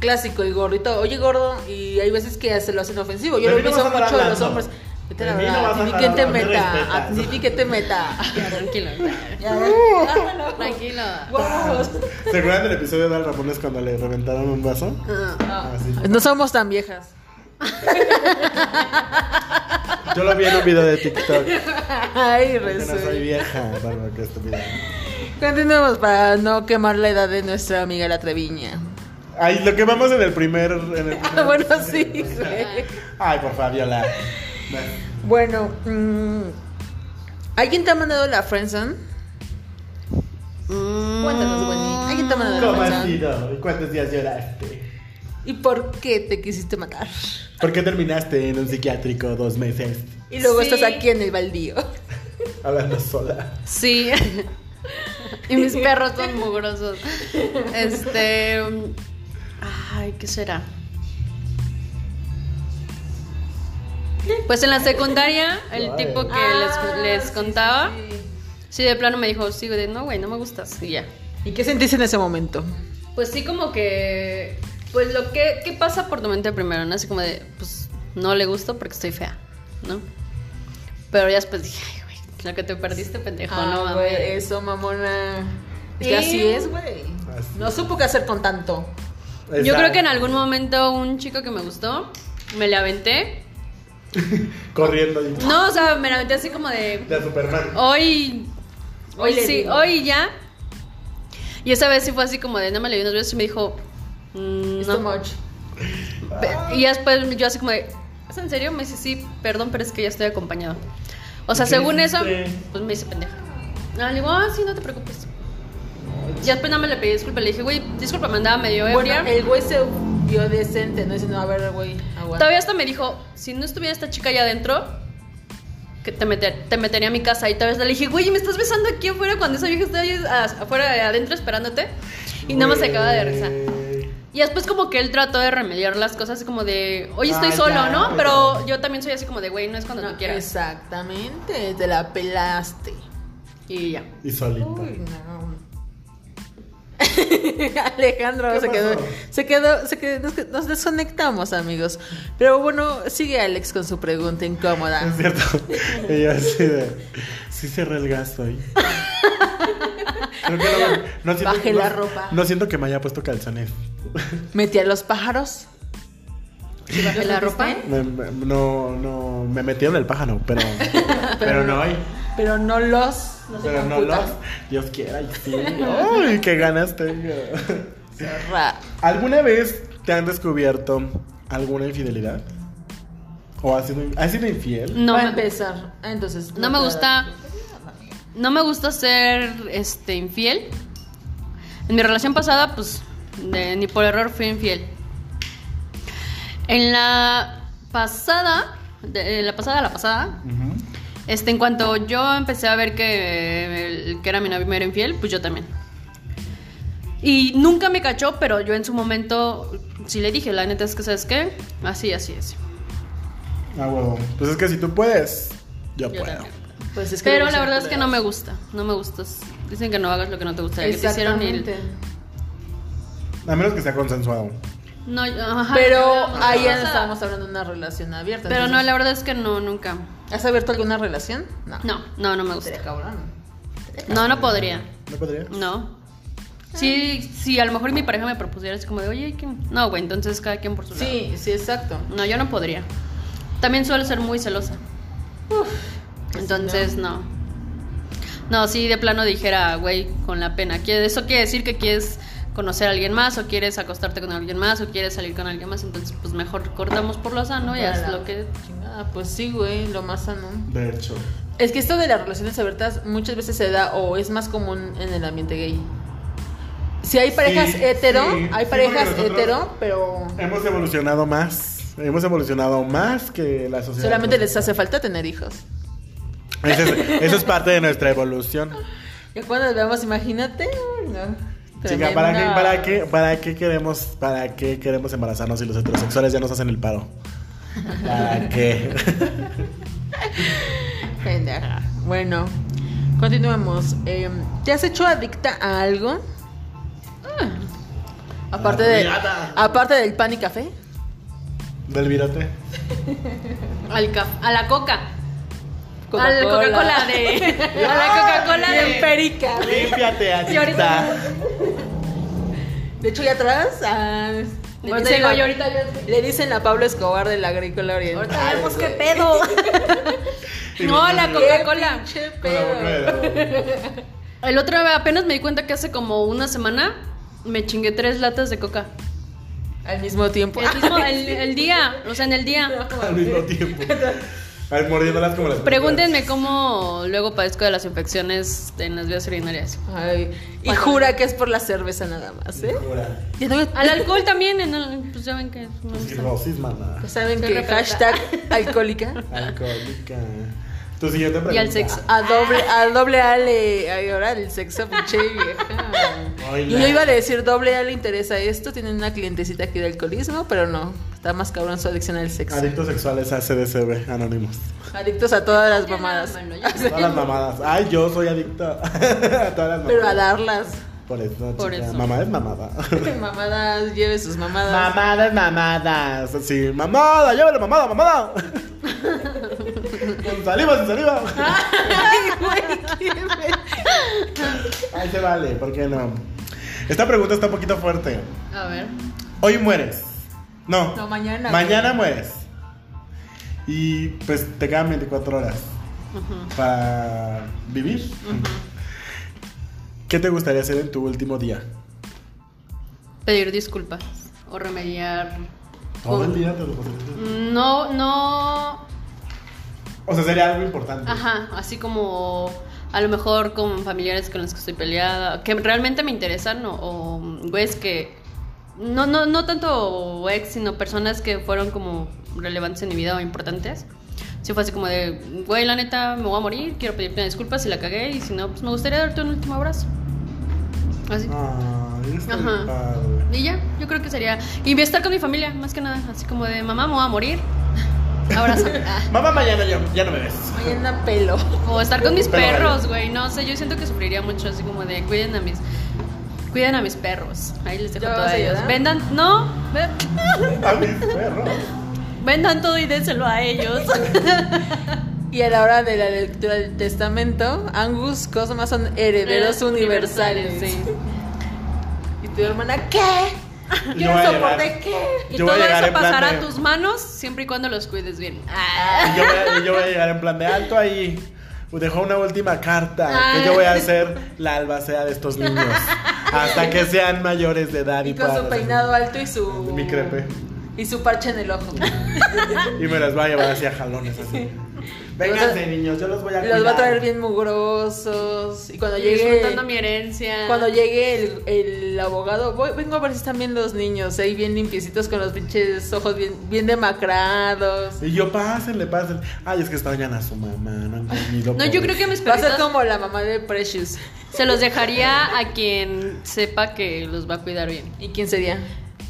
Speaker 4: clásico y gordito, oye gordo, y hay veces que se lo hacen ofensivo.
Speaker 1: De
Speaker 4: Yo lo
Speaker 1: mí no
Speaker 4: pienso
Speaker 1: vas a
Speaker 4: mucho
Speaker 1: andar
Speaker 4: a los
Speaker 1: hablando.
Speaker 4: hombres. Vete
Speaker 1: De
Speaker 4: a la
Speaker 1: mí no
Speaker 4: verdad,
Speaker 1: vas a
Speaker 4: ni
Speaker 1: andar
Speaker 4: quién te
Speaker 1: hablando, me
Speaker 4: meta,
Speaker 1: respetas.
Speaker 4: ni di que te meta.
Speaker 3: Ya, tranquilo.
Speaker 4: Ya, ya.
Speaker 3: tranquilo.
Speaker 4: Guau.
Speaker 1: ¿Se acuerdan del episodio de Al Ramones cuando le reventaron un vaso?
Speaker 4: ah.
Speaker 1: Ah, Así.
Speaker 4: No somos tan viejas.
Speaker 1: Yo lo vi en un video de TikTok. Yo
Speaker 4: Ay,
Speaker 1: no soy
Speaker 4: resulta.
Speaker 1: vieja. Bárbara, qué estúpida.
Speaker 4: Continuemos para no quemar la edad de nuestra amiga la Treviña.
Speaker 1: Ay, lo quemamos en el primer. En el primer-
Speaker 4: bueno, sí, güey.
Speaker 1: Ay, por Fabiola.
Speaker 4: Bueno, mm, ¿alguien te ha mandado la friendzone? Cuéntanos, Wendy. ¿Alguien te ha
Speaker 3: Mm.
Speaker 4: mandado la
Speaker 1: ¿Cómo has
Speaker 4: friendzone?
Speaker 1: sido? ¿Y cuántos días lloraste?
Speaker 4: ¿Y por qué te quisiste matar?
Speaker 1: ¿Por qué terminaste en un psiquiátrico dos meses
Speaker 4: Y luego
Speaker 3: Sí.
Speaker 4: estás aquí en el baldío.
Speaker 1: hablando sola?
Speaker 3: Sí. y mis perros son mugrosos. Este. Ay, ¿qué será? Pues en la secundaria,
Speaker 1: Ay.
Speaker 3: el tipo que
Speaker 4: Ah,
Speaker 3: les, les contaba, Ah, sí, de plano me dijo, sí, güey, no, güey, no me gustas. Y ya.
Speaker 4: ¿Y qué sentiste en ese momento?
Speaker 3: Pues sí, como que. Pues lo que. ¿Qué pasa por tu mente primero? ¿no? Así como de, pues no le gusto porque estoy fea, ¿no? Pero ya después dije, ay, güey, lo que te perdiste, pendejo, no
Speaker 4: Ah,
Speaker 3: mames.
Speaker 4: güey, eso, mamona. Es que
Speaker 3: Eh.
Speaker 4: así es, güey.
Speaker 1: Así.
Speaker 4: No supo qué hacer con tanto.
Speaker 3: Yo creo que en
Speaker 1: Exacto.
Speaker 3: algún momento un chico que me gustó, me le aventé.
Speaker 1: Corriendo y-
Speaker 3: No, o sea, me la aventé así como de
Speaker 1: de Superman.
Speaker 3: hoy.
Speaker 4: Hoy
Speaker 3: Hoy
Speaker 4: le
Speaker 3: sí,
Speaker 4: digo.
Speaker 3: hoy ya. Y esa vez sí fue así como de no me le dio unos besos y me dijo. mm,
Speaker 4: It's
Speaker 3: no.
Speaker 4: too much.
Speaker 3: Pe- Y después yo así como de. ¿Es en serio? Me dice, sí, perdón, pero es que ya estoy acompañado. O sea,
Speaker 1: ¿Qué
Speaker 3: según eso,
Speaker 1: hiciste?
Speaker 3: pues me dice pendeja. Ah, le digo, ah, sí, no te preocupes. Y apenas me le pedí disculpa, le dije, güey, disculpa, me andaba medio ebria.
Speaker 4: Bueno, el güey se vio decente, no dice, no, a ver, güey, aguanta.
Speaker 3: Todavía hasta me dijo, si no estuviera esta chica allá adentro, que te, meter- te metería a mi casa. Y todavía hasta le dije, güey, ¿me estás besando aquí afuera cuando esa vieja está ahí a- afuera adentro esperándote? Y nada más se acaba de risa. Y después como que él trató de remediar las cosas como de, oye, estoy
Speaker 1: Ah,
Speaker 3: solo,
Speaker 1: ya,
Speaker 3: ¿no?
Speaker 1: pues
Speaker 3: Pero yo también soy así como de, güey, no es cuando
Speaker 4: No,
Speaker 3: tú quieras.
Speaker 4: exactamente, te la pelaste.
Speaker 3: Y ya.
Speaker 1: Y solita.
Speaker 4: Uy, no. Alejandro
Speaker 1: ¿Qué
Speaker 4: se quedó,
Speaker 1: pasó?
Speaker 4: se quedó, se quedó, nos, nos desconectamos, amigos. Pero bueno, sigue Alex con su pregunta
Speaker 1: Es
Speaker 4: incómoda.
Speaker 1: cierto. Y yo así de. Sí cerré el gas hoy. Creo que no, no siento,
Speaker 4: Bajé
Speaker 1: no-
Speaker 4: la ropa.
Speaker 1: No siento que me haya puesto calzones.
Speaker 4: Metí a los pájaros.
Speaker 3: ¿Y bajé la ropa?
Speaker 1: Me- me- no, no. Me metieron el pájaro, pero. pero no hoy.
Speaker 4: Pero no los.
Speaker 1: pero
Speaker 4: sean
Speaker 1: no
Speaker 4: putas.
Speaker 1: los. Dios quiera, y sí. Ay, qué ganas tengo.
Speaker 4: Zorra.
Speaker 1: ¿Alguna vez te han descubierto alguna infidelidad? ¿O has sido, has sido infiel?
Speaker 3: No,
Speaker 4: Va a
Speaker 3: me-
Speaker 4: empezar. Ah, Entonces.
Speaker 3: No me
Speaker 4: te-
Speaker 3: gusta. No me gusta ser este infiel. En mi relación pasada, pues, de- ni por error fui infiel. En la pasada, de- en la pasada, la pasada,
Speaker 1: Ujú.
Speaker 3: este, en cuanto yo empecé a ver que, el que era mi novio me era infiel, pues yo también. Y nunca me cachó, pero yo en su momento sí le dije, la neta es que, ¿sabes qué? Así, así, así.
Speaker 1: Ah, huevo. Pues es que si tú puedes, Yo,
Speaker 3: Yo
Speaker 1: puedo.
Speaker 3: también.
Speaker 4: Pues es
Speaker 3: Pero
Speaker 4: luego
Speaker 3: la
Speaker 4: son
Speaker 3: verdad es que no
Speaker 4: culeros.
Speaker 3: me gusta, no me gusta. Dicen que no hagas lo que no te gusta, que te hicieron el...
Speaker 1: A menos que sea consensuado.
Speaker 3: No, ajá,
Speaker 4: Pero
Speaker 3: ya habíamos
Speaker 4: ahí
Speaker 3: pasado.
Speaker 4: estamos hablando de una relación abierta.
Speaker 3: Pero no,
Speaker 4: entonces-
Speaker 3: la verdad es que no, nunca.
Speaker 4: ¿Has abierto alguna relación?
Speaker 3: No, no, no me gusta.
Speaker 4: Sería cabrón.
Speaker 3: No, no podría.
Speaker 1: ¿No podría?
Speaker 3: No. Sí, sí, a lo mejor mi pareja me propusiera así como de, oye, ¿qué? no, güey, entonces cada quien por su lado.
Speaker 4: Sí, sí, exacto.
Speaker 3: No, yo no podría. También suelo ser muy celosa. Pues, Entonces, no. No, si de plano dijera, güey, con la pena. que Eso quiere decir que quieres conocer a alguien más, o quieres acostarte con alguien más, o quieres salir con alguien más. Entonces, pues mejor cortamos por lo sano y haz lo que.
Speaker 4: Chingada, pues sí, güey, lo más sano.
Speaker 1: De hecho.
Speaker 4: Es que esto de las relaciones abiertas muchas veces se da o es más común en el ambiente gay. Si hay parejas
Speaker 1: Sí,
Speaker 4: hetero,
Speaker 1: sí,
Speaker 4: hay
Speaker 1: sí,
Speaker 4: parejas
Speaker 1: porque nosotros-
Speaker 4: hetero, pero
Speaker 1: Hemos evolucionado más. Hemos evolucionado más que la sociedad.
Speaker 4: solamente les hace falta tener hijos.
Speaker 1: Eso es, eso es parte de nuestra evolución.
Speaker 4: Y cuando nos vemos, imagínate. no,
Speaker 1: Chica, ¿para qué,
Speaker 4: tremenda-
Speaker 1: para, qué, ¿para qué queremos para qué queremos embarazarnos si los heterosexuales ya nos hacen el paro? ¿Para qué?
Speaker 4: Pendeja. Bueno, continuemos. Eh, ¿Te has hecho adicta a algo? Ah, Aparte, de,
Speaker 1: Nada.
Speaker 4: aparte del pan y café.
Speaker 1: Del virote.
Speaker 3: Al ca- a la coca.
Speaker 4: Coca-Cola.
Speaker 3: Al Coca-Cola de. A la Coca-Cola
Speaker 4: Bien
Speaker 3: de.
Speaker 4: perica.
Speaker 1: Límpiate,
Speaker 3: ahorita-
Speaker 1: Anita.
Speaker 4: De hecho, y atrás. ah, le,
Speaker 3: Bueno, Pues, te
Speaker 4: dicen
Speaker 3: digo,
Speaker 4: la,
Speaker 3: yo ahorita ya
Speaker 4: le dicen la Pablo Escobar del agrícola oriental.
Speaker 3: Ahorita vemos
Speaker 4: güey.
Speaker 3: pues, qué pedo. No, la Coca-Cola.
Speaker 4: Pinche
Speaker 1: Con la
Speaker 4: pedo.
Speaker 1: boca de lado.
Speaker 3: El otro apenas me di cuenta que hace como una semana me chingué tres latas de coca.
Speaker 4: Al mismo tiempo.
Speaker 3: El, mismo- el- el día, o sea, en el día.
Speaker 1: Al mismo tiempo. Al mordiéndolas como las
Speaker 3: Pregúntenme cómo luego padezco de las infecciones en las vías urinarias.
Speaker 4: Ay, y jura que es por la cerveza nada más, ¿eh?
Speaker 1: Jura.
Speaker 4: Ya no-
Speaker 3: Al alcohol también, en el- pues ya ven que no me gusta.
Speaker 1: Cirrosis, maná.
Speaker 4: Ya saben
Speaker 3: Soy
Speaker 4: que
Speaker 3: reprobada.
Speaker 4: hashtag alcohólica.
Speaker 1: Alcohólica. Tu siguiente pregunta.
Speaker 3: Y al sexo.
Speaker 4: A doble, a doble A le. Ay, ahora el sexo, pinche vieja.
Speaker 1: Hola.
Speaker 4: Yo le iba a decir doble A le interesa esto. Tienen una clientecita aquí de alcoholismo, pero no. Está más cabrón su adicción al sexo.
Speaker 1: Adictos sexuales a CDCB, anónimos.
Speaker 4: Adictos a todas las mamadas.
Speaker 3: Malo, ya.
Speaker 1: Todas las mamadas. Ay, yo soy adicta a todas las mamadas.
Speaker 4: Pero a darlas.
Speaker 1: Por eso, chica.
Speaker 3: Por eso.
Speaker 1: Mamada es mamada.
Speaker 4: Mamadas, lleve sus mamadas.
Speaker 1: Mamadas, mamadas. Sí, mamada, llévale mamada, mamada. Con saliva, sin saliva. Ahí se vale, ¿por qué no? Esta pregunta está un poquito fuerte.
Speaker 3: A ver.
Speaker 1: Hoy mueres. No.
Speaker 4: No, mañana,
Speaker 1: Mañana mueres. Y pues te quedan 24 horas para vivir. ¿Qué te gustaría hacer en tu último día?
Speaker 3: Pedir disculpas o remediar.
Speaker 1: Todo el día te lo pasarías.
Speaker 3: No, no.
Speaker 1: O sea, sería algo importante.
Speaker 3: Ajá, así como a lo mejor con familiares con los que estoy peleada, que realmente me interesan o, o, güeyes que no no no tanto ex, sino personas que fueron como relevantes en mi vida o importantes. Si fue así como de, güey, la neta me voy a morir, quiero pedirte una disculpa si la cagué y si no, pues me gustaría darte un último abrazo. Así.
Speaker 1: Ay, Ah, está
Speaker 3: Ajá.
Speaker 1: padre.
Speaker 3: Y ya, yo creo que sería y estar con mi familia, más que nada, así como de, mamá, me voy a morir. Abrazo. Ah.
Speaker 1: Mamá, mañana ya, ya no me ves.
Speaker 4: Mañana pelo.
Speaker 3: O estar con mis
Speaker 1: Pero vale.
Speaker 3: perros, güey. No sé, yo siento que sufriría mucho así como de cuiden a mis cuiden a mis perros. Ahí les dejo
Speaker 4: ¿Ya
Speaker 3: todo
Speaker 4: vas
Speaker 3: a
Speaker 4: a
Speaker 3: ellos.
Speaker 4: llorar?
Speaker 3: Vendan, no, ve-
Speaker 1: A mis perros.
Speaker 3: vendan todo y déselo a ellos.
Speaker 4: Y a la hora de la lectura del testamento, Angus Cosma son herederos universales.
Speaker 3: sí.
Speaker 4: Y tu hermana, ¿qué?
Speaker 1: Yo
Speaker 4: Yo
Speaker 1: voy
Speaker 4: no
Speaker 1: a
Speaker 4: soporté
Speaker 1: llegar.
Speaker 4: qué.
Speaker 3: Y
Speaker 1: Yo voy
Speaker 3: todo
Speaker 1: a llegar
Speaker 3: eso
Speaker 1: en plan
Speaker 3: pasará a
Speaker 1: de-
Speaker 3: tus manos siempre y cuando los cuides bien.
Speaker 1: Y yo, voy a, yo voy a llegar en plan de alto ahí. Dejó una última carta que yo voy a ser la albacea de estos niños hasta que sean mayores de edad y,
Speaker 4: Y con su
Speaker 1: puedan-
Speaker 4: peinado alto y su.
Speaker 1: Mi crepe.
Speaker 4: Y su parche en el ojo.
Speaker 1: y me las va a llevar así a jalones así. Vénganse, niños, yo los voy a cuidar.
Speaker 4: Los va a traer bien mugrosos. Y cuando
Speaker 3: Y disfrutando mi
Speaker 4: llegue.
Speaker 3: herencia.
Speaker 4: Cuando llegue el, el abogado, voy- vengo a ver si están bien los niños, ahí bien limpiecitos con los pinches ojos bien, bien demacrados.
Speaker 1: Y yo, pásenle, pásenle. Ay, es que extrañan a su mamá, no han comido.
Speaker 3: No, yo creo que mis
Speaker 4: Va a ser
Speaker 3: perritos
Speaker 4: como la mamá de Precious.
Speaker 3: se los dejaría a quien sepa que los va a cuidar bien.
Speaker 4: ¿Y quién sería?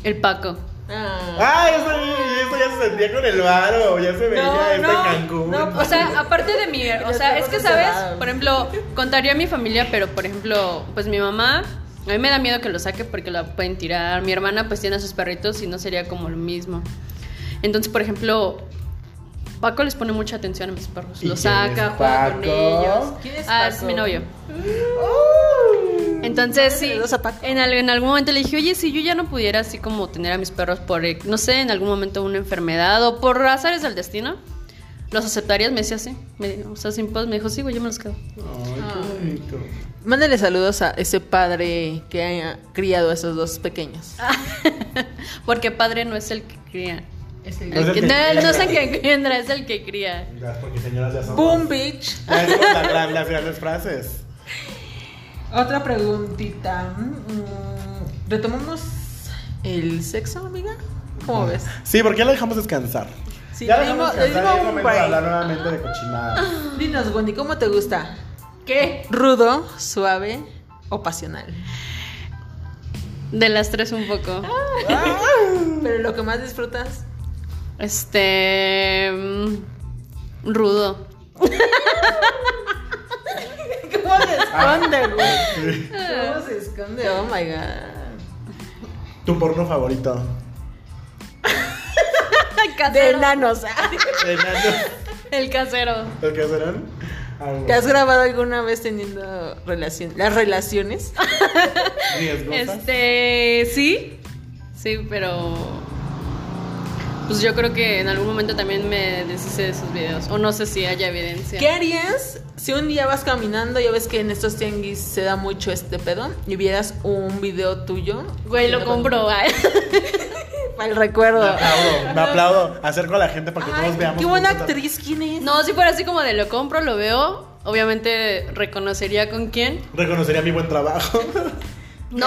Speaker 3: El Paco.
Speaker 4: Ah.
Speaker 1: Ah, eso, eso ya se sentía con el varo, ya se veía esto en Cancún.
Speaker 4: no, pues,
Speaker 3: O sea, aparte de mi, o sea, es que sabes,
Speaker 4: encerrados.
Speaker 3: por ejemplo, contaría a mi familia, pero por ejemplo, pues mi mamá, a mí me da miedo que lo saque porque lo pueden tirar. Mi hermana pues tiene a sus perritos y no sería como lo mismo. Entonces, por ejemplo, Paco les pone mucha atención a mis perros.
Speaker 1: ¿Y
Speaker 3: Los
Speaker 1: quién
Speaker 3: saca,
Speaker 1: es
Speaker 3: juega con
Speaker 1: Paco?
Speaker 3: ellos.
Speaker 4: ¿Quién es
Speaker 3: Ah, es
Speaker 4: Paco?
Speaker 3: mi novio. Entonces, sí,
Speaker 4: Dos Uh. a Paco.
Speaker 3: en, al- en algún momento le dije, oye, si yo ya no pudiera así como tener a mis perros por, eh, no sé, en algún momento una enfermedad o por azares del destino, ¿los aceptarías? Me decía sí, me, o sea, sin pos, me dijo, sí, güey, yo me los quedo.
Speaker 1: Ay, qué bonito.
Speaker 4: Mándale saludos a ese padre que ha criado a esos dos pequeños.
Speaker 3: Porque padre no es el que cría.
Speaker 4: Es el-
Speaker 1: No es
Speaker 3: El
Speaker 1: el
Speaker 3: que-
Speaker 1: que
Speaker 3: no,
Speaker 1: cría.
Speaker 3: no es el que cría, es el que cría.
Speaker 1: Ya, porque señoras ya son.
Speaker 4: Boom, bitch.
Speaker 1: Las, las grandes frases.
Speaker 4: Otra preguntita. Mm, ¿Retomamos el sexo, amiga? ¿Cómo ves?
Speaker 1: Sí, porque ya lo dejamos descansar.
Speaker 4: Sí,
Speaker 1: ya
Speaker 4: le
Speaker 1: dejamos
Speaker 4: dimos- le
Speaker 1: descansar, ya es
Speaker 4: dimos un
Speaker 1: momento de hablar
Speaker 4: break.
Speaker 1: nuevamente de cochinadas.
Speaker 4: Dinos, Wendy, ¿cómo te gusta?
Speaker 3: ¿Qué?
Speaker 4: ¿Rudo, suave o pasional?
Speaker 3: De las tres un poco.
Speaker 4: Ah.
Speaker 1: Ah.
Speaker 4: Pero lo que más disfrutas.
Speaker 3: Este... mm, Rudo.
Speaker 4: ¿Cómo se esconde, güey?
Speaker 1: Sí.
Speaker 4: ¿Cómo se esconde? Ah. Oh my god.
Speaker 1: Tu porno favorito.
Speaker 3: El
Speaker 4: De
Speaker 3: casero.
Speaker 4: enanos.
Speaker 1: Eh, ¿El
Speaker 3: El casero.
Speaker 1: que serán? Algo.
Speaker 4: ¿Te has grabado alguna vez teniendo relación, las relaciones?
Speaker 1: Riesgosas.
Speaker 3: Este, sí, sí, pero pues yo creo que en algún momento también me deshice de esos videos o no sé si haya evidencia.
Speaker 4: ¿Qué harías si un día vas caminando, ya ves que en estos tianguis se da mucho este pedo, y vieras un video tuyo?
Speaker 3: Güey, lo
Speaker 4: haciendo
Speaker 3: compro. ay.
Speaker 4: con- Para el
Speaker 1: Me
Speaker 4: recuerdo.
Speaker 1: aplaudo, me aplaudo. Acerco a la gente para que
Speaker 4: Ay,
Speaker 1: todos veamos.
Speaker 4: qué buena
Speaker 1: juntos.
Speaker 4: actriz, ¿quién es?
Speaker 3: No, si fuera así como de lo compro, lo veo, obviamente reconocería con quién.
Speaker 1: Reconocería mi buen trabajo.
Speaker 4: Reconocería un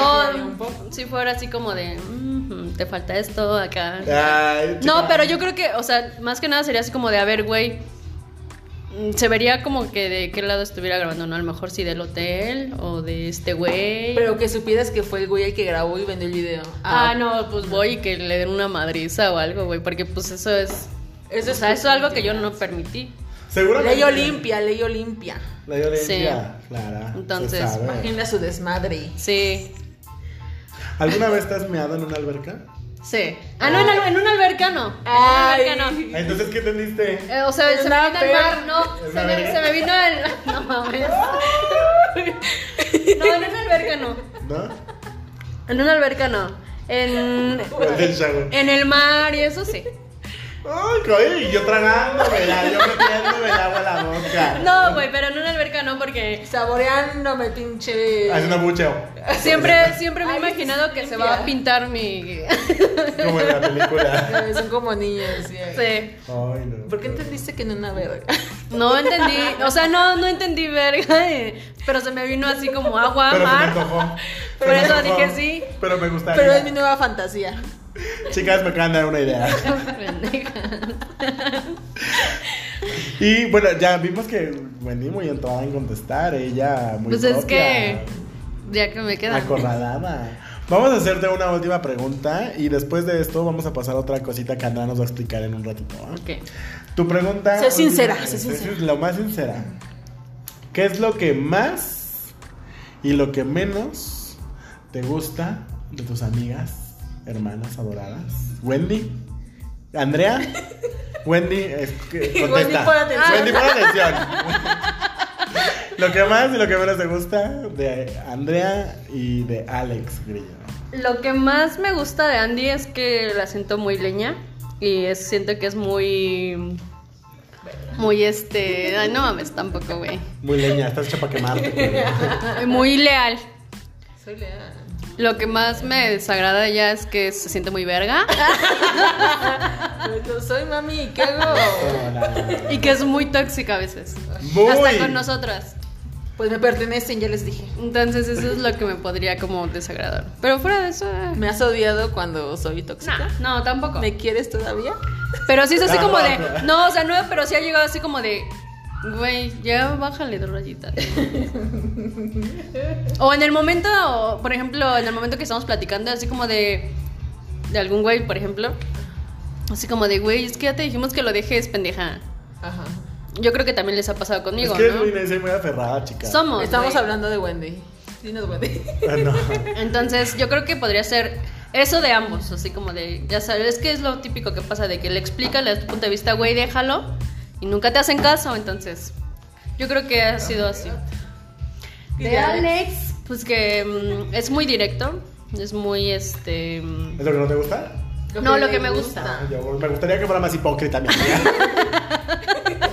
Speaker 3: No,
Speaker 4: poco.
Speaker 3: si fuera así como de "Mm, te falta esto acá.
Speaker 1: Ay,
Speaker 3: No,
Speaker 1: Ah, chica.
Speaker 3: pero yo creo que, o sea, más que nada sería así como de, a ver, güey, mm, se vería como que de qué lado estuviera grabando, ¿no? A lo mejor si del hotel o de este güey.
Speaker 4: Pero que supieras que fue el güey el que grabó y vendió el video.
Speaker 3: Ah, no, pues voy y que le den una madriza o algo, güey, porque pues eso es...
Speaker 4: Eso
Speaker 3: Eso
Speaker 4: es
Speaker 3: o sea, eso es algo que yo no permití.
Speaker 1: Seguramente.
Speaker 4: Ley Olimpia, ley Olimpia.
Speaker 1: Ley Olimpia,
Speaker 3: Sí.
Speaker 1: Clara. se
Speaker 3: Entonces,
Speaker 1: sabe.
Speaker 4: Imagina su desmadre.
Speaker 3: Sí,
Speaker 1: ¿Alguna vez te has meado en una alberca?
Speaker 3: sí. Ah, no, en, al- en una alberca no.
Speaker 4: Ay.
Speaker 3: En una alberca no.
Speaker 1: Ah, Entonces, ¿qué entendiste?
Speaker 3: Eh, o sea,
Speaker 4: Es
Speaker 3: se me
Speaker 4: una
Speaker 3: vino el
Speaker 4: perra.
Speaker 3: mar, no.
Speaker 1: Es
Speaker 3: Se
Speaker 1: una
Speaker 3: me,
Speaker 1: verga.
Speaker 3: se me vino el... No mames. No, en una alberca no.
Speaker 1: ¿No?
Speaker 3: En una alberca no. En,
Speaker 1: El del shower.
Speaker 3: en el mar y eso sí.
Speaker 1: Ay, güey, y yo tragándome, yo metiéndome el agua a la boca.
Speaker 3: No, güey, pero en una alberca no porque
Speaker 4: Saboreándome, pinche.
Speaker 1: Haciendo bucheo.
Speaker 3: siempre, siempre me he
Speaker 4: Ay,
Speaker 3: imaginado que se va a
Speaker 4: limpia.
Speaker 3: pintar mi...
Speaker 1: Como en la película.
Speaker 4: Eh, Son como niños. sí.
Speaker 3: Sí.
Speaker 1: Ay, no.
Speaker 4: ¿Por qué entendiste que en una verga?
Speaker 3: No entendí, o sea, no, no entendí verga, eh, pero se me vino así como agua,
Speaker 1: Pero se me
Speaker 3: mar.
Speaker 1: antojó.
Speaker 3: Por
Speaker 1: Se me
Speaker 3: eso
Speaker 1: antojó.
Speaker 3: dije sí.
Speaker 1: Pero me gustaría.
Speaker 4: Pero es mi nueva fantasía.
Speaker 1: Chicas, me acaban de dar una idea.
Speaker 3: Pendeja.
Speaker 1: Y bueno, ya vimos que Wendy muy entrada en contestar. Ella muy
Speaker 3: Pues es
Speaker 1: propia,
Speaker 3: que ya que me queda.
Speaker 1: Acorralada. Vamos a hacerte una última pregunta y después de esto vamos a pasar a otra cosita que Andrea nos va a explicar en un ratito. ¿ah?
Speaker 3: Ok.
Speaker 1: Tu pregunta.
Speaker 4: Sé sincera,
Speaker 1: última,
Speaker 4: sé
Speaker 1: es
Speaker 4: sincera.
Speaker 1: Lo más sincera. ¿Qué es lo que más y lo que menos te gusta de tus amigas, hermanas adoradas? Wendy, Andrea, Wendy, es que-
Speaker 4: Wendy,
Speaker 1: contesta.
Speaker 4: pon atención.
Speaker 1: Wendy, pon atención. lo que más y lo que menos te gusta de Andrea y de Alex Grillo.
Speaker 3: Lo que más me gusta de Andy es que la siento muy leña y es- siento que es muy... Muy este... Ay, no mames, tampoco, güey.
Speaker 1: Muy leña, estás hecha para quemarte. coño.
Speaker 3: Muy leal.
Speaker 4: Soy leal.
Speaker 3: Lo que más me desagrada de ella es que se siente muy verga
Speaker 4: Pues lo soy, mami. ¿Qué hago?
Speaker 1: No, no, no, no.
Speaker 3: y que es muy tóxica a veces.
Speaker 1: Muy.
Speaker 3: Hasta con nosotras.
Speaker 4: Pues me pertenecen, ya les dije.
Speaker 3: Entonces eso es lo que me podría como desagradar. Pero fuera de eso... eh,
Speaker 4: ¿Me has odiado cuando soy tóxica?
Speaker 3: nah, no, tampoco.
Speaker 4: ¿Me quieres todavía?
Speaker 3: Pero sí es así
Speaker 1: Ah,
Speaker 3: como
Speaker 1: no,
Speaker 3: de.
Speaker 1: no.
Speaker 3: No, o sea, no, pero sí ha llegado así como de. Güey, ya bájale dos rayitas. O en el momento, o, por ejemplo, en el momento que estamos platicando, así como de. de algún güey, por ejemplo. Así como de, güey, es que ya te dijimos que lo dejes, pendeja.
Speaker 4: Ajá.
Speaker 3: Yo creo que también les ha pasado conmigo,
Speaker 1: es que es
Speaker 3: ¿no?
Speaker 1: muy necia y muy aferrada, chica.
Speaker 3: Somos.
Speaker 4: Estamos
Speaker 3: güey.
Speaker 4: hablando de Wendy. Dinos Wendy.
Speaker 1: Ah, no.
Speaker 3: Entonces, yo creo que podría ser eso de ambos, así como de, ya sabes, es que es lo típico que pasa, de que le explica, le das tu punto de vista, güey, déjalo, y nunca te hacen caso, entonces, yo creo que ha sido así.
Speaker 4: Ah, ¿Y de Alex?
Speaker 3: Pues que mm, es muy directo, es muy, este... mm,
Speaker 1: ¿Es lo que no te gusta?
Speaker 3: No, lo que me gusta.
Speaker 1: Ay, yo me gustaría que fuera más hipócrita, mi amiga.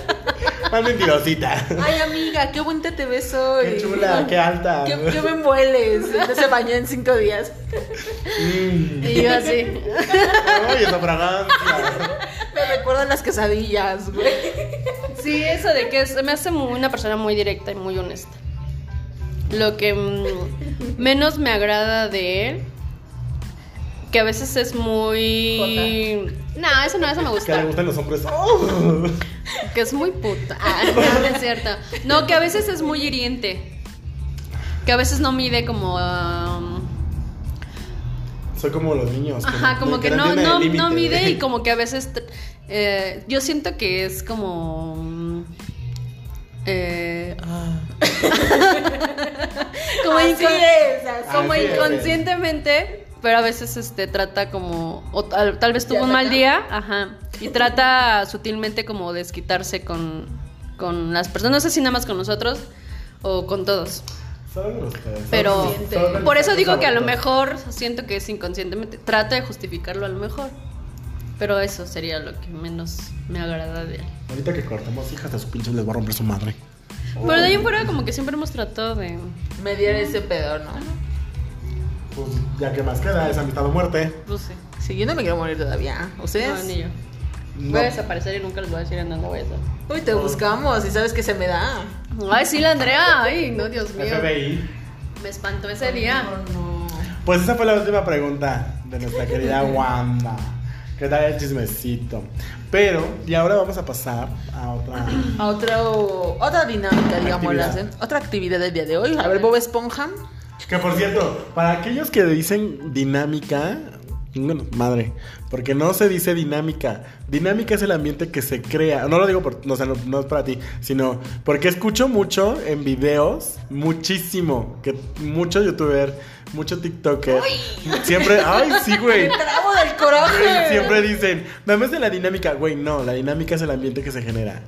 Speaker 1: más mentirosita.
Speaker 4: Ay, amiga, qué bonita te ves hoy.
Speaker 1: Qué chula, qué alta.
Speaker 4: Qué, qué me mueles. No se bañó en cinco días.
Speaker 1: Mm.
Speaker 3: Y yo así,
Speaker 1: Ay, esa fragancia.
Speaker 4: Me recuerdan las quesadillas, güey.
Speaker 3: sí, eso de que es- me hace muy- una persona muy directa y muy honesta. Lo que mm, menos me agrada de él, que a veces es muy... No, eso no, eso me
Speaker 1: Que le
Speaker 3: gusta.
Speaker 1: gustan los hombres. Oh.
Speaker 3: Que es muy puta. Ah, no, no es cierto. No, que a veces es muy hiriente. Que a veces no mide como. um,
Speaker 1: Soy como los niños.
Speaker 3: ajá, como que no,
Speaker 1: tienen
Speaker 3: no,
Speaker 1: límite.
Speaker 3: no mide y como que a veces. tr- eh, yo siento que es como. mm, eh, como
Speaker 4: Así
Speaker 3: incon-
Speaker 4: es, así
Speaker 3: como
Speaker 1: Así es.
Speaker 3: inconscientemente, pero a veces este trata como o tal, tal vez tuvo
Speaker 4: Ya
Speaker 3: un mal
Speaker 4: saca.
Speaker 3: día, ajá, y trata sutilmente como de desquitarse con con las personas, no sé si nada más con nosotros o con todos.
Speaker 1: Solo con ustedes.
Speaker 3: Pero
Speaker 1: Solo- solo con
Speaker 3: por eso
Speaker 1: ustedes,
Speaker 3: digo que a lo
Speaker 1: favoritos.
Speaker 3: mejor siento que es inconscientemente, trato de justificarlo a lo mejor. Pero eso sería lo que menos me agrada de él.
Speaker 1: Ahorita que cortamos, hijas de su pinche les va a romper su madre.
Speaker 3: Pero de ahí en fuera como que siempre hemos tratado de
Speaker 4: Mediar ese pedo, ¿no?
Speaker 1: Pues ya que más queda, es amistad o muerte.
Speaker 3: no sé.
Speaker 4: Sí, yo no me quiero morir todavía.
Speaker 3: No,
Speaker 4: ¿Ustedes?
Speaker 3: ni yo.
Speaker 1: No.
Speaker 3: Voy a desaparecer y nunca les voy a decir en dónde voy a estar.
Speaker 4: Uy, te buscamos y sabes que se me da.
Speaker 3: Ay, sí, la Andrea. Ay, no, Dios mío.
Speaker 1: FBI.
Speaker 3: Me espantó ese día.
Speaker 4: No, no.
Speaker 1: Pues esa fue la última pregunta de nuestra querida Wanda. ¿Qué tal el chismecito? Pero, y ahora vamos a pasar a otra.
Speaker 4: A otro, otra dinámica, digamos,
Speaker 1: Actividad.
Speaker 4: otra actividad del día de hoy. A ver, Bob Esponja.
Speaker 1: Que por cierto, para aquellos que dicen dinámica, bueno, madre, porque no se dice dinámica. Dinámica es el ambiente que se crea. No lo digo por, no, o sea, no, no es para ti, sino porque escucho mucho en videos, muchísimo, que mucho youtuber, mucho TikToker, siempre, ay, sí, güey.
Speaker 4: ¡Bravo del
Speaker 1: Güey,
Speaker 4: coraje!
Speaker 1: Siempre dicen, nada más de la dinámica, güey, no, la dinámica es el ambiente que se genera.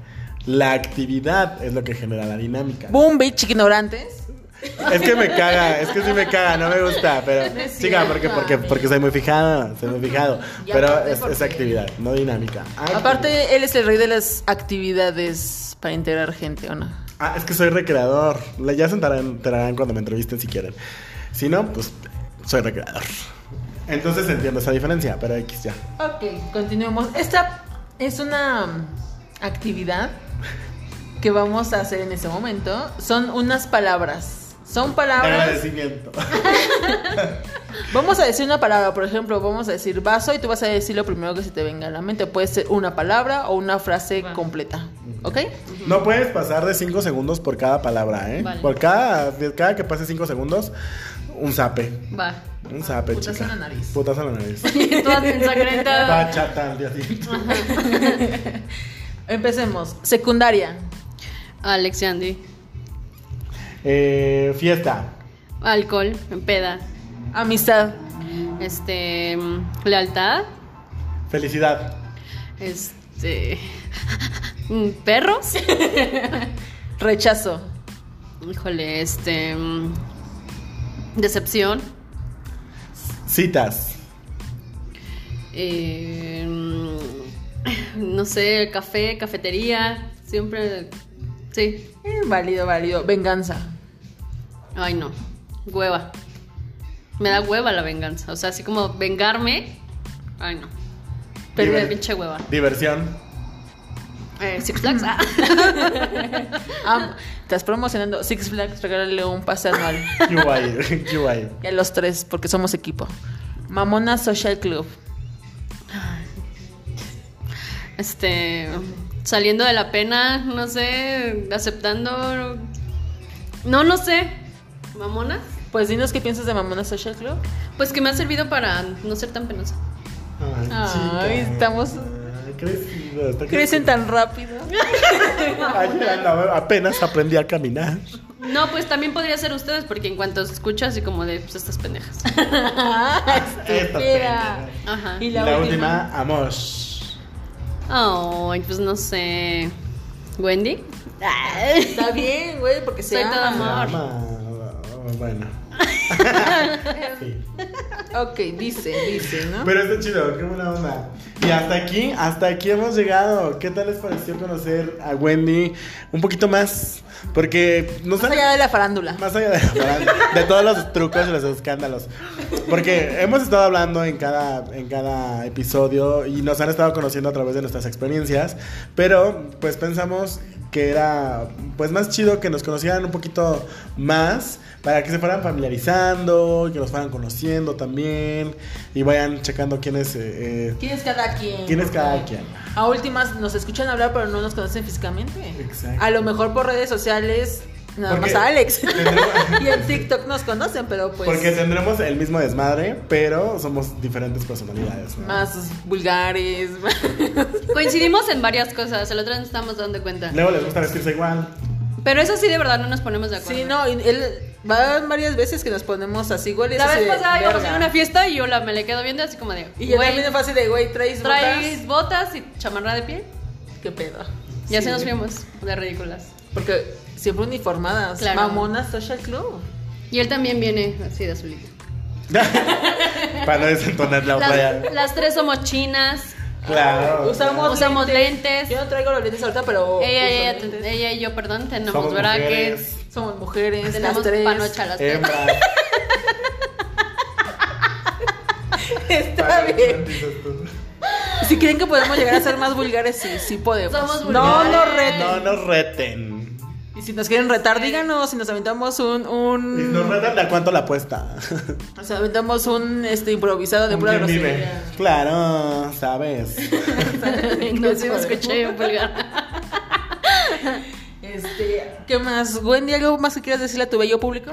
Speaker 1: La actividad es lo que genera la dinámica.
Speaker 4: Boom, bitch, ignorantes.
Speaker 1: Es que me caga, es que sí me caga, no me gusta, pero
Speaker 4: No es
Speaker 1: chica, porque
Speaker 4: cierto,
Speaker 1: porque
Speaker 4: amigo.
Speaker 1: porque soy muy fijada, soy muy fijado,
Speaker 4: Y
Speaker 1: pero
Speaker 4: aparte
Speaker 1: es, es
Speaker 4: porque-
Speaker 1: actividad, no dinámica. Actividad.
Speaker 4: Aparte, él es el rey de las actividades para integrar gente, ¿o no?
Speaker 1: ah, es que soy recreador. La- Ya se enterarán, enterarán cuando me entrevisten si quieren. Si no, pues soy recreador. Entonces entiendo esa diferencia, pero X ya.
Speaker 4: Ok, continuemos. Esta es una mm, actividad que vamos a hacer en este momento. Son unas palabras. Son palabras.
Speaker 1: Agradecimiento.
Speaker 4: Vamos a decir una palabra, por ejemplo, vamos a decir vaso y tú vas a decir lo primero que se te venga a la mente. Puede ser una palabra o una frase
Speaker 3: Va.
Speaker 4: completa. ¿Ok?
Speaker 1: No puedes pasar de 5 segundos por cada palabra, ¿eh?
Speaker 3: Vale.
Speaker 1: Por cada, de cada que pase 5 segundos, un zape.
Speaker 3: Va.
Speaker 1: Un zape,
Speaker 4: Putas
Speaker 1: chica.
Speaker 4: en la nariz.
Speaker 1: Putas en la nariz.
Speaker 3: Todas ensangrentada.
Speaker 1: Bachata al día siguiente.
Speaker 4: Empecemos. Secundaria.
Speaker 3: Alex y Andy.
Speaker 1: Eh, fiesta.
Speaker 3: Alcohol, peda.
Speaker 4: Amistad.
Speaker 3: Este. mm, Lealtad.
Speaker 1: Felicidad.
Speaker 3: Este. mm, Perros.
Speaker 4: Rechazo.
Speaker 3: Híjole, este. mm, Decepción.
Speaker 1: Citas.
Speaker 3: Eh, mm, no sé, café, cafetería. Siempre. Sí.
Speaker 4: Eh, válido, válido. Venganza.
Speaker 3: Ay, no. Hueva. Me da hueva la venganza. O sea, así como vengarme. Ay, no. Pero
Speaker 1: Diver-
Speaker 3: me pinche hueva.
Speaker 1: Diversión.
Speaker 3: Eh, Six Flags. ah.
Speaker 4: Am- estás promocionando Six Flags, regálale un pase anual.
Speaker 1: ¿Qué hubo ahí? ¿Qué hubo ahí?
Speaker 4: Y a los tres, porque somos equipo. Mamona Social Club.
Speaker 3: Este. Saliendo de la pena, no sé. Aceptando. No, no sé. Mamona.
Speaker 4: Pues dinos qué piensas de Mamona Social Club.
Speaker 3: Pues que me ha servido para no ser tan penosa.
Speaker 1: Ay,
Speaker 4: Ay,
Speaker 1: chica.
Speaker 4: estamos-
Speaker 1: Ay, crecido, está
Speaker 4: Crecen
Speaker 1: crecido.
Speaker 4: tan rápido.
Speaker 1: Ayer andaba- apenas aprendí a caminar.
Speaker 3: No, pues también podría ser ustedes, porque en cuanto escuchas y como de pues, estas pendejas.
Speaker 1: Esta
Speaker 4: Estúpida.
Speaker 1: pendeja.
Speaker 3: Ajá.
Speaker 4: Este, Y
Speaker 1: Y la,
Speaker 4: la,
Speaker 1: última, Amos.
Speaker 3: Ay, pues no sé. ¿Wendy?
Speaker 4: Está bien, güey, porque se
Speaker 3: Soy toda
Speaker 4: aman.
Speaker 3: Amor.
Speaker 1: Ama- Bueno. Sí.
Speaker 4: Ok, dice, dice, ¿no?
Speaker 1: Pero está chido, qué buena onda. Y hasta aquí, hasta aquí hemos llegado. ¿Qué tal les pareció conocer a Wendy un poquito más? Porque nos
Speaker 4: Más
Speaker 1: han-
Speaker 4: allá de la farándula.
Speaker 1: Más allá de, de todos los trucos y los escándalos. Porque hemos estado hablando en cada, en cada episodio y nos han estado conociendo a través de nuestras experiencias. Pero pues pensamos que era pues más chido que nos conocieran un poquito más para que se fueran familiarizando, que nos fueran conociendo también y vayan checando quién es, eh, eh,
Speaker 4: ¿Quién es cada quien?
Speaker 1: quién es cada quien.
Speaker 4: A últimas nos escuchan hablar, pero no nos conocen físicamente.
Speaker 1: Exacto.
Speaker 4: A lo mejor por redes sociales, nada
Speaker 1: Porque-
Speaker 4: más a Alex.
Speaker 1: Tendremos-
Speaker 4: y en TikTok nos conocen, pero pues.
Speaker 1: Porque tendremos el mismo desmadre, pero somos diferentes personalidades. ¿no?
Speaker 4: Más vulgares.
Speaker 3: Coincidimos en varias cosas, el otro día nos estamos dando cuenta.
Speaker 1: Luego les gusta vestirse igual.
Speaker 3: Pero eso sí, de verdad, no nos ponemos de acuerdo.
Speaker 4: sí, no, y él. Va varias veces que nos ponemos así, güey.
Speaker 3: La
Speaker 4: es así
Speaker 3: vez
Speaker 4: de,
Speaker 3: pasada íbamos a ir
Speaker 4: verga.
Speaker 3: a una fiesta y yo la, me le quedo viendo así como de,
Speaker 4: Y yo
Speaker 3: "Güey,
Speaker 4: también es fácil de, güey, traes
Speaker 3: ¿traes
Speaker 4: botas.
Speaker 3: botas y chamarra de piel?
Speaker 4: ¿Qué pedo?
Speaker 3: Y
Speaker 4: Sí,
Speaker 3: así nos
Speaker 4: güey.
Speaker 3: fuimos, de ridículas.
Speaker 4: Porque siempre uniformadas.
Speaker 3: Claro.
Speaker 4: Mamonas Social Club.
Speaker 3: Y él también viene así de azulito.
Speaker 1: Para no desentonar la playa.
Speaker 3: Las, las tres somos chinas,
Speaker 1: Claro.
Speaker 4: Usamos,
Speaker 3: usamos lentes.
Speaker 4: Yo no traigo los lentes ahorita, pero.
Speaker 3: Ella, ella,
Speaker 4: uso lentes.
Speaker 3: ella y yo, perdón, tenemos
Speaker 1: Somos
Speaker 3: brackets,
Speaker 1: mujeres, Eh.
Speaker 4: Somos mujeres,
Speaker 3: tenemos
Speaker 4: las tres.
Speaker 3: panocha las tres.
Speaker 1: hembras.
Speaker 4: Está bien.
Speaker 1: Dices tú.
Speaker 4: Si creen que podemos llegar a ser más vulgares, sí, sí podemos.
Speaker 3: Somos
Speaker 4: no
Speaker 3: vulgares.
Speaker 4: nos reten.
Speaker 1: No nos reten.
Speaker 4: Y si nos quieren retar, díganos. Si nos aventamos un.
Speaker 1: Y
Speaker 4: un
Speaker 1: Nos retan de a cuánto la apuesta.
Speaker 4: Nos aventamos un este, improvisado de pura
Speaker 1: ¿Quién vive?
Speaker 4: grosería.
Speaker 1: Claro, sabes.
Speaker 3: No sé, me escuché en vulgar.
Speaker 4: Este, ¿Qué más? Wendy, ¿algo más que quieras decirle a tu bello público?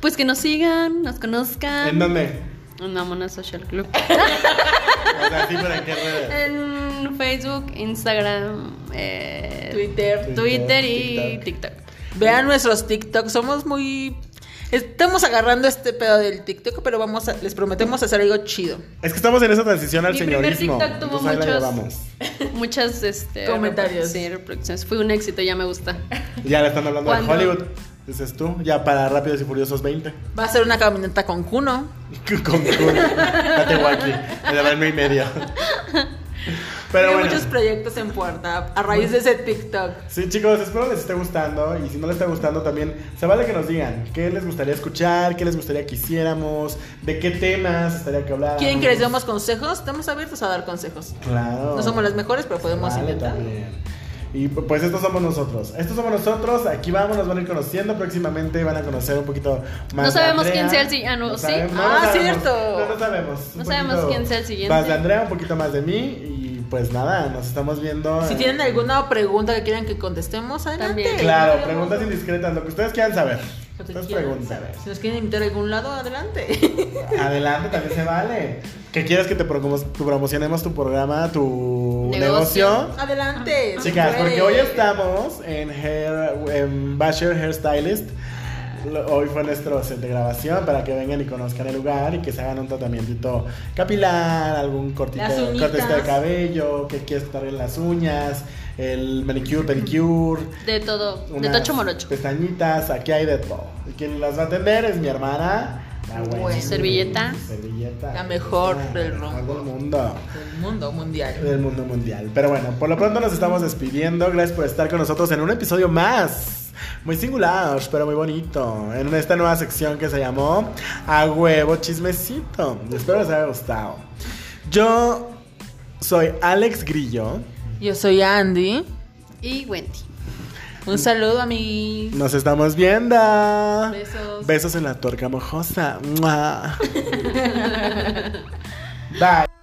Speaker 3: Pues que nos sigan, nos conozcan.
Speaker 1: ¿En dónde?
Speaker 3: En Amona Social Club.
Speaker 1: O sea, sí, pero en qué redes.
Speaker 3: En Facebook, Instagram, eh,
Speaker 4: Twitter.
Speaker 3: Twitter, y TikTok.
Speaker 4: Vean nuestros TikTok, somos muy... Estamos agarrando este pedo del TikTok, pero vamos a- les prometemos hacer algo chido.
Speaker 1: Es que estamos en esa transición al
Speaker 3: Mi primer
Speaker 1: señorismo.
Speaker 3: TikTok tuvo
Speaker 1: entonces ahí la
Speaker 3: muchos-
Speaker 1: llevamos.
Speaker 3: Muchas este,
Speaker 4: Comentarios.
Speaker 3: reproduc- sí, reproducciones. Fue un éxito, ya me gusta.
Speaker 1: Ya le están hablando
Speaker 3: ¿Cuándo?
Speaker 1: de Hollywood. Dices tú, ya para Rápidos y Furiosos 20.
Speaker 4: Va a ser una caminata con Kuno.
Speaker 1: Con con- Date guaki. Me da el y medio. Pero
Speaker 4: Hay
Speaker 1: bueno.
Speaker 4: muchos proyectos en puerta a raíz de ese TikTok.
Speaker 1: Sí, chicos, espero les esté gustando. Y si no les está gustando, también se vale que nos digan qué les gustaría escuchar, qué les gustaría que hiciéramos, de qué temas estaría que hablar.
Speaker 4: ¿Quieren que les demos consejos? Estamos abiertos a dar consejos.
Speaker 1: Claro.
Speaker 4: No somos las mejores, pero podemos
Speaker 1: Vale,
Speaker 4: intentar.
Speaker 1: también. Y pu- pues estos somos nosotros. Estos somos nosotros. Aquí vamos, nos van a ir conociendo. Próximamente van a conocer un poquito más.
Speaker 3: No
Speaker 1: de
Speaker 3: sabemos
Speaker 1: Andrea.
Speaker 3: quién sea el si- ah, no, ¿sí?
Speaker 1: sabemos,
Speaker 4: Ah,
Speaker 1: sabemos.
Speaker 4: cierto.
Speaker 1: No, no sabemos.
Speaker 3: No
Speaker 1: Un
Speaker 3: sabemos
Speaker 1: poquito
Speaker 3: quién sea el siguiente.
Speaker 1: Más de Andrea, un poquito más de mí. Y pues nada, nos estamos viendo.
Speaker 4: Si
Speaker 1: eh,
Speaker 4: tienen alguna pregunta que quieran que contestemos, adelante.
Speaker 3: También.
Speaker 1: Claro,
Speaker 4: No
Speaker 1: preguntas
Speaker 4: queremos-
Speaker 1: indiscretas, lo que ustedes quieran saber.
Speaker 4: lo que
Speaker 1: Ustedes
Speaker 4: quieran
Speaker 1: preguntan.
Speaker 4: saber. Si nos quieren invitar a algún lado, adelante.
Speaker 1: Adelante, también se vale. ¿Qué quieres que te promo- tu- promocionemos tu programa, tu
Speaker 3: Negocio.
Speaker 1: negocio?
Speaker 4: adelante. se
Speaker 1: Ah, Chicas,
Speaker 4: puede.
Speaker 1: porque hoy estamos en, hair, en Basher Hairstylist. Lo- Hoy fue nuestro set de grabación para que vengan y conozcan el lugar y que se hagan un tratamiento capilar, algún cortito,
Speaker 4: Las uñitas.
Speaker 1: cortecito de cabello, que quieres estar en las uñas, el manicure, pedicure.
Speaker 3: De todo, de
Speaker 1: unas
Speaker 3: Tocho Morocho.
Speaker 1: Pestañitas, aquí hay de todo. Y quien las va a atender es mi hermana, la
Speaker 4: Bueno.
Speaker 1: Wendy.
Speaker 3: Servilleta.
Speaker 1: Servilleta.
Speaker 4: La mejor
Speaker 1: Ah,
Speaker 4: del
Speaker 1: la mejor
Speaker 4: rumbo.
Speaker 1: del mundo.
Speaker 4: El mundo mundial.
Speaker 1: Del mundo mundial. Pero bueno, por lo pronto nos estamos despidiendo. Gracias por estar con nosotros en un episodio más. Muy singular, pero muy bonito. En esta nueva sección que se llamó A huevo chismecito. Espero les haya gustado. Yo soy Alex Grillo.
Speaker 4: Yo soy Andy.
Speaker 3: Y Wendy.
Speaker 4: Un saludo a mi.
Speaker 1: Nos estamos viendo.
Speaker 4: Besos.
Speaker 1: Besos en la tuerca mojosa. Mua. Bye.